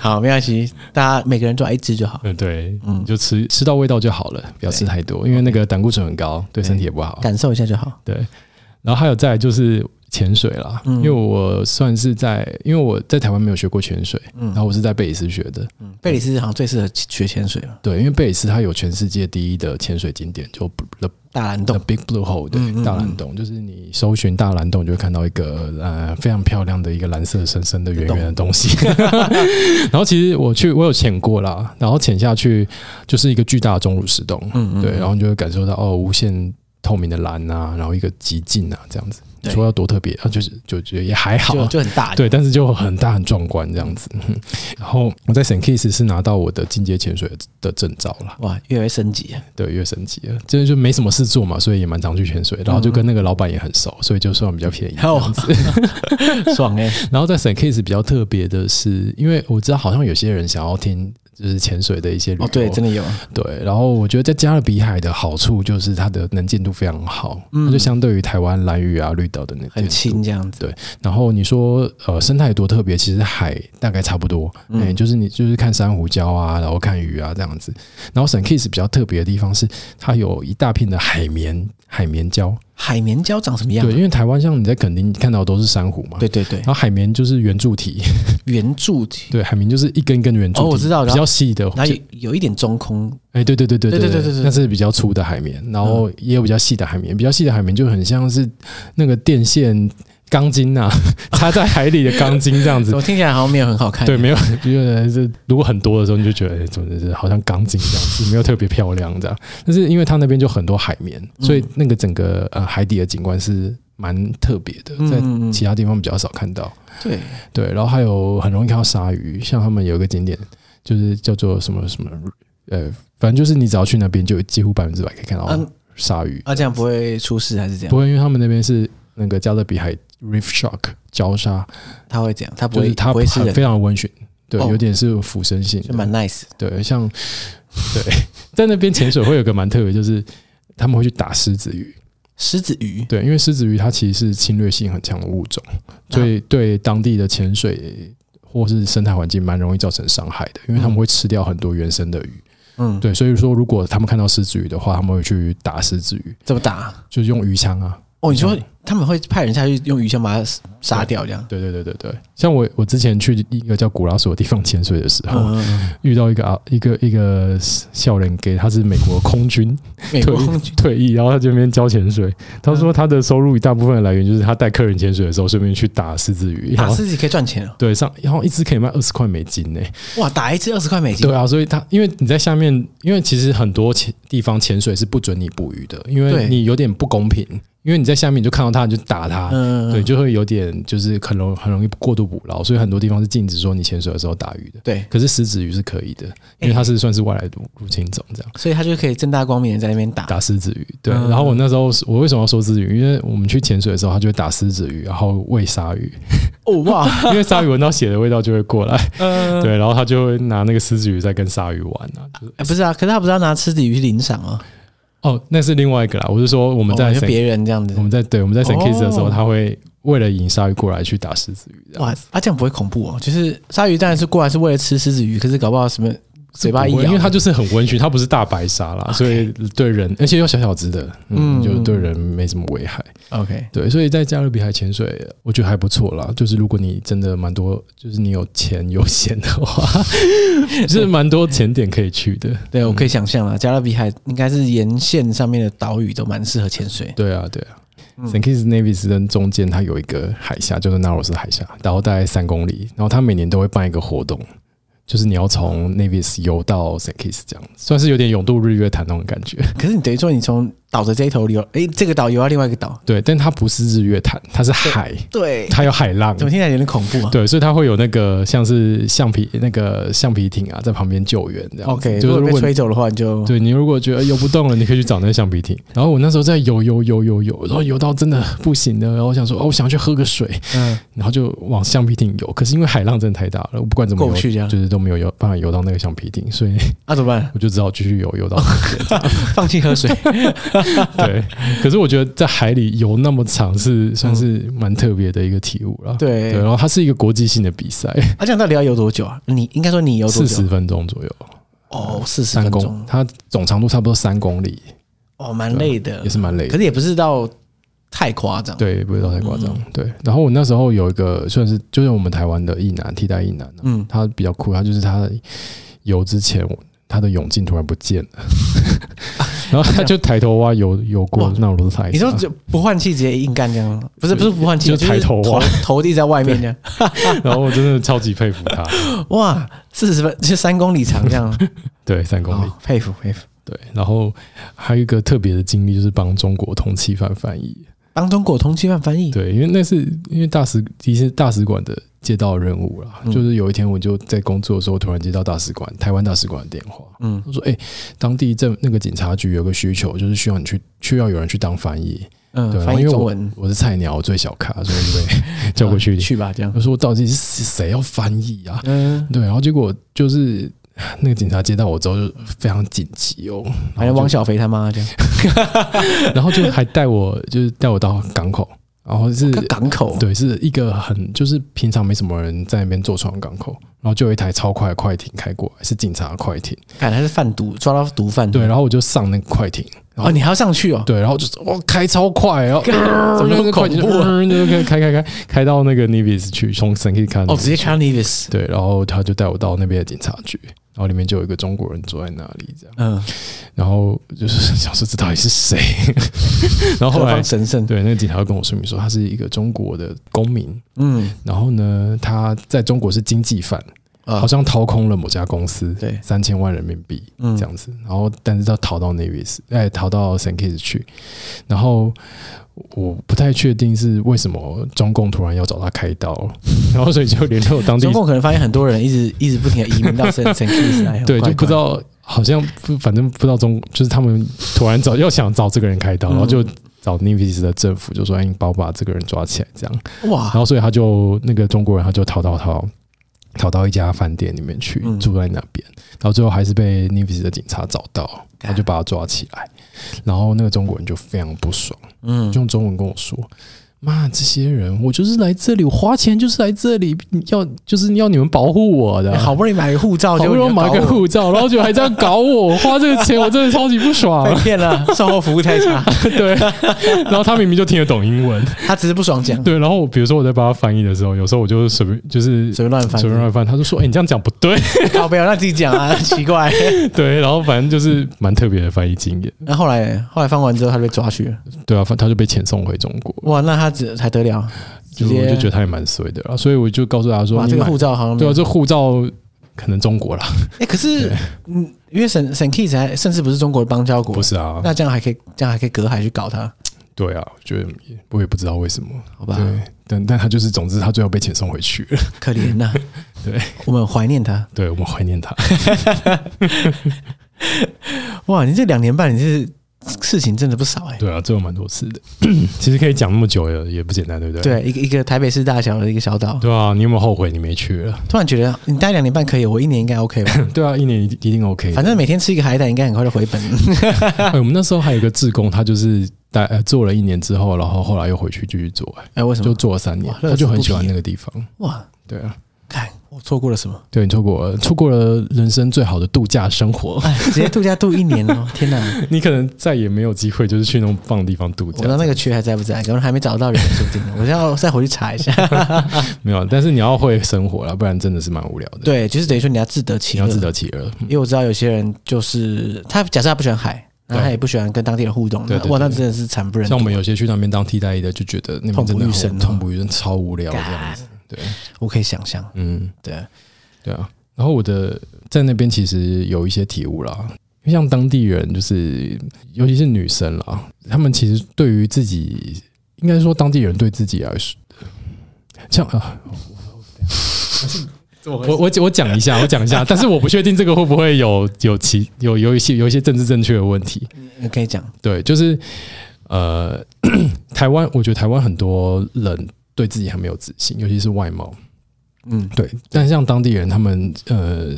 好，没关系，大家每个人抓一只就好。
嗯，对，你就吃吃到味道就好了，不要吃太多，因为那个胆固醇很高，
嗯
对身体也不好。
感受一下就好。
对，然后还有再来就是潜水啦，
嗯
因为我算是在，因为我在台湾没有学过潜水，然后我是在贝里斯学的，
嗯，贝里斯好像最适合学潜水了，
对，因为贝里斯它有全世界第一的潜水景点，就 The
大蓝
The
洞。
Big Blue Hole，对，
嗯嗯
大蓝洞，就是你搜寻大蓝洞，你就会看到一个呃非常漂亮的一个蓝色深深的圆圆的东西。 然后其实我去我有潜过啦，然后潜下去就是一个巨大的钟乳石洞，
嗯
对，然后你就会感受到哦无限透明的蓝啊，然后一个极尽啊这样子。
对
说要多特别啊，就是就觉得也还好，啊
就就很大，
对，但是就很大很壮观这样子。嗯然后我在 St Kitts 是拿到我的进阶潜水的证照啦，
哇，越来越升级了。啊
对，越升级了，真的就没什么事做嘛，所以也蛮常去潜
嗯
水，然后就跟那个老板也很熟，所以就算比较便宜这样子。
哦爽哎、
然后在 St Kitts 比较特别的是，因为我知道好像有些人想要听就是潜水的一些旅游，
哦，对，真的有，
对，然后我觉得在加勒比海的好处就是它的能见度非常好，它就相对于台湾蓝屿啊、绿岛的那
嗯很轻这样子。
然后你说呃生态有多特别，其实海大概差不多，嗯、就是你就是看珊瑚礁啊，然后看鱼啊这样子。然后 St Kitts 比较特别的地方是，它有一大片的海绵海绵礁，
海绵礁长什么样
对，
啊？
因为台湾像你在垦丁看到的都是珊瑚嘛，
对，对对
然，后海绵就是圆柱体，
圆柱体，
对，海绵就是一根一根圆柱体，
哦我知道然后
比较细的，
然后有有一点中空，
哎，对对对对
对对对
对
对对嗯
那是比较粗的海绵，然后也有比较细的海绵，比较细的海绵就很像是那个电线钢 筋呐、插在海里的钢筋这样子。
我听起来好像没有很好看。
对，没有，就是哎这如果很多的时候，你就觉得哎怎么是好像钢筋这样子，没有特别漂亮这样。但是因为它那边就很多海绵，
嗯
所以那个整个呃海底的景观是蛮特别的，
嗯，
在
嗯嗯
其他地方比较少看到。
对，
对，然后还有很容易看到鲨鱼，像他们有一个景点就是叫做什么什么，呃，反正就是你只要去那边，就几乎百分之百可以看到
嗯，
鲨鱼。
啊，这样不会出事还是这
哦不
样？
会，因为他们那边是那个加勒比海 reef shark 礁鲨，
他会这样，他不
就是
会，
它
不会吃
很
人，
非常温驯，对，
哦
有点是浮生性的
就蛮 nice。
对，像对， 在那边潜水会有个蛮特别，就是他们会去打狮子鱼。
狮子鱼，
对，因为狮子鱼它其实是侵略性很强的物种，所
啊
以对当地的潜水或是生态环境蛮容易造成伤害的，因为他们会吃掉很多原生的鱼。
嗯，
对，所以说如果他们看到狮子鱼的话，他们会去打狮子鱼，
怎么打？
就是用鱼枪啊。
哦，你说他们会派人下去用鱼枪把它杀掉，这样？
对对对对对，像我我之前去一个叫古拉索的地方潜水的时候，
嗯，嗯
遇到一个啊一个一个笑脸给他是美国空军
嗯美
退
国
役退役，然后他就在那边教潜水，他
嗯
说他的收入一大部分的来源就是他带客人潜水的时候顺便去打狮子鱼，然
打
后
狮子可以赚钱哦，
对，上然后一只可以卖二十块美金呢、
哇，打一只二十块美金
对，啊，所以它因为你在下面，因为其实很多潜地方潜水是不准你捕鱼的，因
对
为你有点不公平，因为你在下面你就看到它你就打它，
嗯，
对，就会有点就是很容很容易过度捕捞，所以很多地方是禁止说你潜水的时候打鱼的。
对，
可是狮子鱼是可以的，因为它是算是外来入入侵种这样。
哎所以他就可以正大光明的在那边打，
打狮子鱼，对。
嗯
然后我那时候我为什么要说狮子鱼？因为我们去潜水的时候，它就会打狮子鱼，然后喂 鲨鱼，
哦哇，
因为鲨鱼闻到血的味道就会过来。
嗯，
对，然后他就会拿那个狮子鱼在跟鲨鱼玩啊。就是
哎不是啊，可是他不是要拿狮子鱼去领赏吗？
哦，那是另外一个啦。我是说我
我
们在
就
Saint-
哦别人这样子
我，们在对我们在 St. Kitts 的时候，
哦
他会为了引鲨鱼过来去打狮子鱼这样。
哇，啊这样不会恐怖哦？就是鲨鱼当然是过来是为了吃狮子鱼，可是搞不好什么嘴巴一
不会
咬，
因为它就是很温驯，它不是大白鲨啦，所以对人，而且又小小只的，
嗯
嗯，就
嗯
对人没什么危害。
OK，
对，所以在加勒比海潜水，我觉得还不错啦。就是如果你真的蛮多，就是你有钱有闲的 话，就是蛮多潜点可以去的。
对我可以想象了，加勒比海应该是沿线上面的岛屿都蛮适合潜水，
对啊，对啊。St.
嗯
Kitts Nevis 跟中间它有一个海峡，就是纳罗斯海峡，然后大概三公里，然后它每年都会办一个活动，就是你要从 Nevis 游到 St Kitts 这样，算是有点永渡日月潭那种感觉。
可是你等于说你从岛的这一头游，诶，这个岛游到另外一个岛，
对，但它不是日月潭，它是海，
对，
它有海浪。
怎么听起来有点恐怖啊？
对，所以它会有那个像是橡皮那个橡皮艇啊，在旁边救援这样子。
OK，
就
如果
是如
被
果你
吹走的话，你就
对你如果觉得游不动了，你可以去找那个橡皮艇。然后我那时候在游游游游游，然后游到真的不行了，然后我想说哦，我想去喝个水，
嗯，
然后就往橡皮艇游。可是因为海浪真的太大了，我不管怎么
过
游
不，去这样，
就是都没有游办法游到那个橡皮艇， 所以
那怎么办？
我就只好继续游游到
放弃喝水，
对，可是我觉得在海里游那么长是算是蛮特别的一个体悟了。
对
然后它是一个国际性的比赛，
啊，这样到底要游多久啊？你应该说你游多
四
久
十？分钟左右，
哦，四十
三
分
公
钟，，
它总长度差不多三公里，
哦，蛮累的
也，是蛮累
可
的。
是也不是到太夸张，
对，不知道太夸张。
嗯
对，然后我那时候有一个算是就是我们台湾的一男替代一男、啊，
嗯，
他比较酷，他就是他游之前他的泳镜突然不见 了，然后他就抬头蛙游游过
哇
那种都是台。啊
你说这不换气直接硬干这样吗？不是不是不换气，
就
就是
抬头
头
啊
头地在外面这样。
然后我真的超级佩服 他。
哇，四十分就三公里长这样，
对，三 公里。
哦佩服佩服。
对，然后还有一个特别的经历就是帮中国通缉犯翻译。
帮中国通缉犯翻译，
对，因为那是因为大使其实大使馆的接到任务啦，
嗯
就是有一天我就在工作的时候突然接到大使馆台湾大使馆的电话，
嗯
他说：“哎、当地政那个警察局有个需求，就是需要你去需要有人去当翻译。对，
嗯，
然后
翻译
因为
中
我
文嗯
我是菜鸟，我最小咖，所以就被 叫过去。
去吧， 这样
我。说我到底是谁要翻译啊？
嗯，
对，然后结果就是那个警察接到我之后就非常紧急哦，
好像汪小菲他妈这 样，
然后就还带我，就是带我到港口，然后是
他哦港口，
对，是一个很就是平常没什么人在那边坐船的港口，然后就有一台超快的快艇开过来，是警察的快艇，
看他是贩毒，抓到毒贩。
对，，然后我就上那个快艇，
哦，
然后、
你还要上去哦，
对，然后就是哇开超快，然后
干 怎么那么
快艇就
恐怖啊
就开开开开开到那个 Nevis 去，从 s a n k 看
哦，直接 c h a n e s
对，然后他就带我到那边的警察局，然后里面就有一个中国人坐在那里这样，
嗯，
然后就是 想说这到底是谁， 然后
何
后来
方。神圣，
对，那个警察就跟我说明说，他是一个中国的公民，
嗯，
然后呢，他在中国是经济犯，
啊
好像掏空了某家公司，
对
三千万人民币
嗯
这样子，然后但是他逃到 Nevis，哎，逃到 Saint Kitts 去，然后我不太确定是为什么中共突然要找他开刀，然后所以就联络当地
中，共可能发现很多人一直一直不停的移民到哎圣圣克里斯来，
对，
怪
就不知
怪
道，好像不，反正不知道中，就是他们突然找要想找这个人开刀，
嗯
然后就找 Nevis 的政府就说，哎，你帮我把这个人抓起来，这样。
啊
然
哇，
后所以他就那个中国人他就逃逃逃逃到一家饭店里面去
嗯
住在那边，然后最后还是被 Nevis 的警察找到，
干
他就把他抓起来，然后那个中国人就非常不爽，
嗯
就，用中文跟我说。妈，这些人，我就是来这里，我花钱就是来这里，要就是要你们保护我的。
哎 好不容易买个护照，
啊好
结
不
果
容易买
你要
个
搞我
护照，然后就还这样 搞我，花这个钱我真的超级不爽。
被骗 了，售后服务太差，
对，然后他明明就听得懂英文，
他只是不爽讲，
对。然后我比如说我在帮他翻译的时候，有时候我就随便就是
随便乱翻
随，便乱翻，他就说：“哎、你这样讲不对。
靠不要让自己讲啊，奇怪。”
对，然后反正就是蛮特别的翻译经验。
那后来后来放完之后，他就被抓去了，
对啊，反他就被遣送回中国，
哇，那他只才得了，
就
直接
我就觉得他也蛮衰的啊，所以我就告诉他说：“
哇，
你
这个
买
护照好像没
对啊，
有
这护照可能中国啦，
哎，可是
对
嗯，因为沈沈 Keys 还甚至不是中国的邦交国
不，是啊？
那这样还可以这样还可以隔海去搞他，
对啊，我觉得也我也不知道为什么。
好吧，
对，但但他就是，总之他最后被遣送回去了。
可怜呐，
对，
我们怀念他。
对我们怀念他。
哇，你这两年半你是事情真的不少哎、
对啊，做了蛮多次的， 其实可以讲那么久了，也不简单，对不对？。
对，一个一个台北市大小的一个小岛，
对啊，你有没有后悔你没去了？
突然觉得你待两年半可以，我一年应该 OK 吧？
对啊，一年一定一定 OK 的。
反正每天吃一个海胆，应该很快就回 本。
哎，我们那时候还有一个志工，他就是待呃做了一年之后，然后后来又回去继续做，哎
哎，为什
就
么？
做了三年
哇，乐
他
此
就很
不
喜欢
疲
那个地方。
哇，
对啊，
看我错过了什 么？
对你错过了错过了人生最好的度假生活，
哎，直接度假度一年哦！天哪，
你可能再也没有机会就是去那种棒的地方度
我不
假
知。道那个缺还在不在，可能还没找到人，说不定。 我要再回去查一下。
没有，啊但是你要会生活了，不然真的是蛮无聊的。，
对，就是等于说你要自得其
你
乐
要，自得其乐。嗯
因为我知道有些人就是他，假设他不喜欢海，然后他也不喜欢跟当地人互动，
对
那
对对
哇，那真的是惨不忍睹
像我。们有些去那边当替代役的，就觉得那边真的
痛不欲
好
生哦
痛不欲生，超无聊这样子。对，
我可以想象，
嗯，
对。
对啊。然后我的在那边其实有一些体悟啦，因为像当地人，就是尤其是女生啦，他们其实对于自己，应该说当地人对自己来说，这样啊，我我我我讲一下，我讲一下，但是我不确定这个会不会有有其有有一些有一些政治正确的问题。
你可以讲，
对，就是呃，台湾，我觉得台湾很多人对自己很没有自信，尤其是外貌。
嗯，
对，但像当地人，他们呃，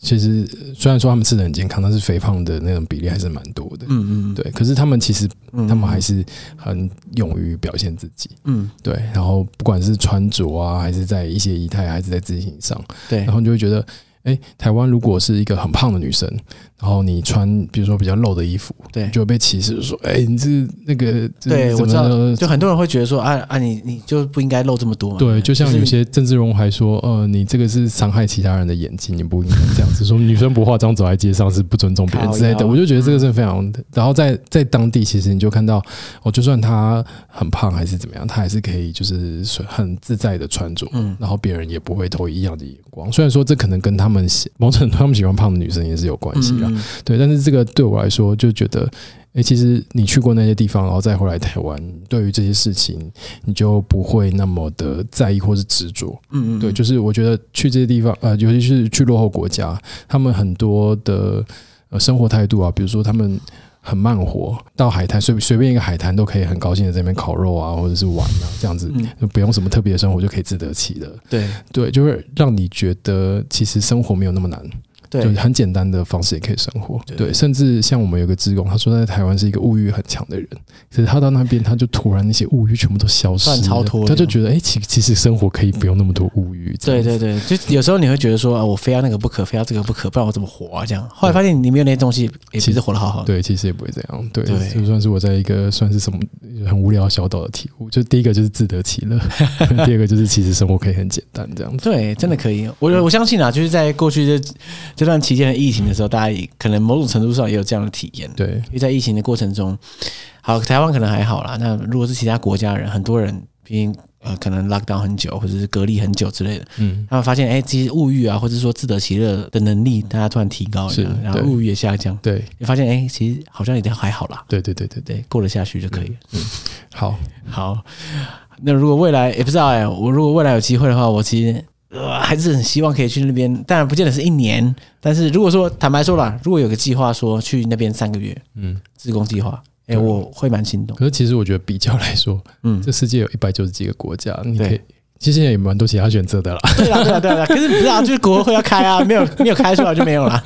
其实虽然说他们吃的很健康，但是肥胖的那种比例还是蛮多的。
嗯嗯，
对，可是他们其实
嗯，
他们还是很勇于表现自己。
嗯，
对，然后不管是穿着啊，还是在一些仪态，还是在自信上，
对
然，后你就会觉得，哎、台湾如果是一个很胖的女生，然后你穿比如说比较露的衣服，
对
你就会被歧视，说，哎、你这那个，这
对，
怎
我
么
知道，
了
就很多人会觉得说，啊啊，你你就不应该露这么多嘛。
对，就像
是
有些郑志荣还说，呃，你这个是伤害其他人的眼睛，你不应该这样子说。女生不化妆走在街上是不尊重别人之类
靠
的，
腰嗯
我就觉得这个是非常。然后在在当地，其实你就看到，哦，就算她很胖还是怎么样，她还是可以就是很自在的穿着，
嗯
然后别人也不会投以异样的眼光。虽然说这可能跟他们喜某种程度他们喜欢胖的女生也是有关系啦，
嗯嗯
对，但是这个对我来说就觉得，哎、其实你去过那些地方，然后再回来台湾，对于这些事情，你就不会那么的在意或是执着。
嗯嗯，
对，就是我觉得去这些地方，呃，尤其是去落后国家，他们很多的呃生活态度啊，比如说他们。很慢活，到海滩随随便一个海滩都可以很高兴的在那边烤肉啊，或者是玩啊，这样子
嗯
就不用什么特别的生活就可以自得其乐。
对
对，就会让你觉得其实生活没有那么难。就
对
很简单的方式也可以生活。
对
对，甚至像我们有个职工，他说在台湾是一个物欲很强的人，可是他到那边，他就突然那些物欲全部都消失了，
突然超脱了
他就觉得，哎、其其实生活可以不用那么多物欲。这
对
样子
对，对，就有时候你会觉得说，啊，我非要那个不可，非要这个不可，不然我怎么活啊？这样，后来发现你没有那些东西，也
其
其
实
实活得好好的。
对，其实也不会这样。对，
对
就算是我在一个算是什么很无聊小岛的体悟，就第一个就是自得其 乐，第二个就是其实生活可以很简单这样子。
对，真的可以。我我相信啊，就是在过去这这段期间的疫情的时候，大家也可能某种程度上也有这样的体验。
对，
因为在疫情的过程中，好，台湾可能还好啦。那如果是其他国家人，很多人毕竟呃可能 lock down 很久，或者是隔离很久之类的，
嗯，
他们发现哎、其实物欲啊，或者说自得其乐的能力，大家突然提高了
是，
然后
对
物欲也下降，
对，
也发现哎、其实好像也还好啦，
对对对对对，
对，过得下去就可以了。
好，
好，那如果未来也不知道哎、我如果未来有机会的话，我其实。呃，还是很希望可以去那边，当然不见得是一年，但是如果说坦白说啦，如果有个计划说去那边三个月，
嗯，
自工计划，哎、
对
我会蛮心动。
可是其实我觉得比较来说，
嗯，
这世界有一百九十几个国家，你可
对
以其实也蛮多其他选择的啦。
对啦，对啦，对啦， 可是不知道，就是国会要开 啊，没有没有开出来就没有啦。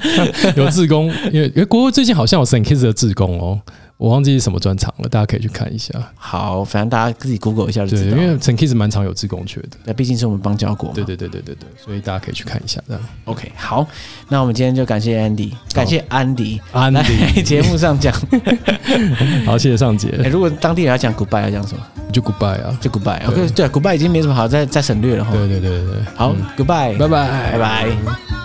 有志工，因为因为国外最近好像有 Saint Kitts 的志工哦，我忘记是什么专场了，大家可以去看一下。
好，反正大家自己 Google 一下就
对，
知
因
道。
为 Saint Kitts 蛮常有志工缺的。
那毕竟是我们邦交国嘛。
对对对对对对，所以大家可以去看一下。这样，
OK，好，那我们今天就感谢 Andy，感谢安迪
安
来
迪
节目上讲。
好，谢谢上
哎、
节，
如果当地人要讲 Goodbye 要讲什么？
就 Goodbye 啊。
就 Goodbye。OK，对，Goodbye 已经没什么好再再省略了哈。
对对对对，
好、g o o d b y e
嗯拜拜
拜拜。
La la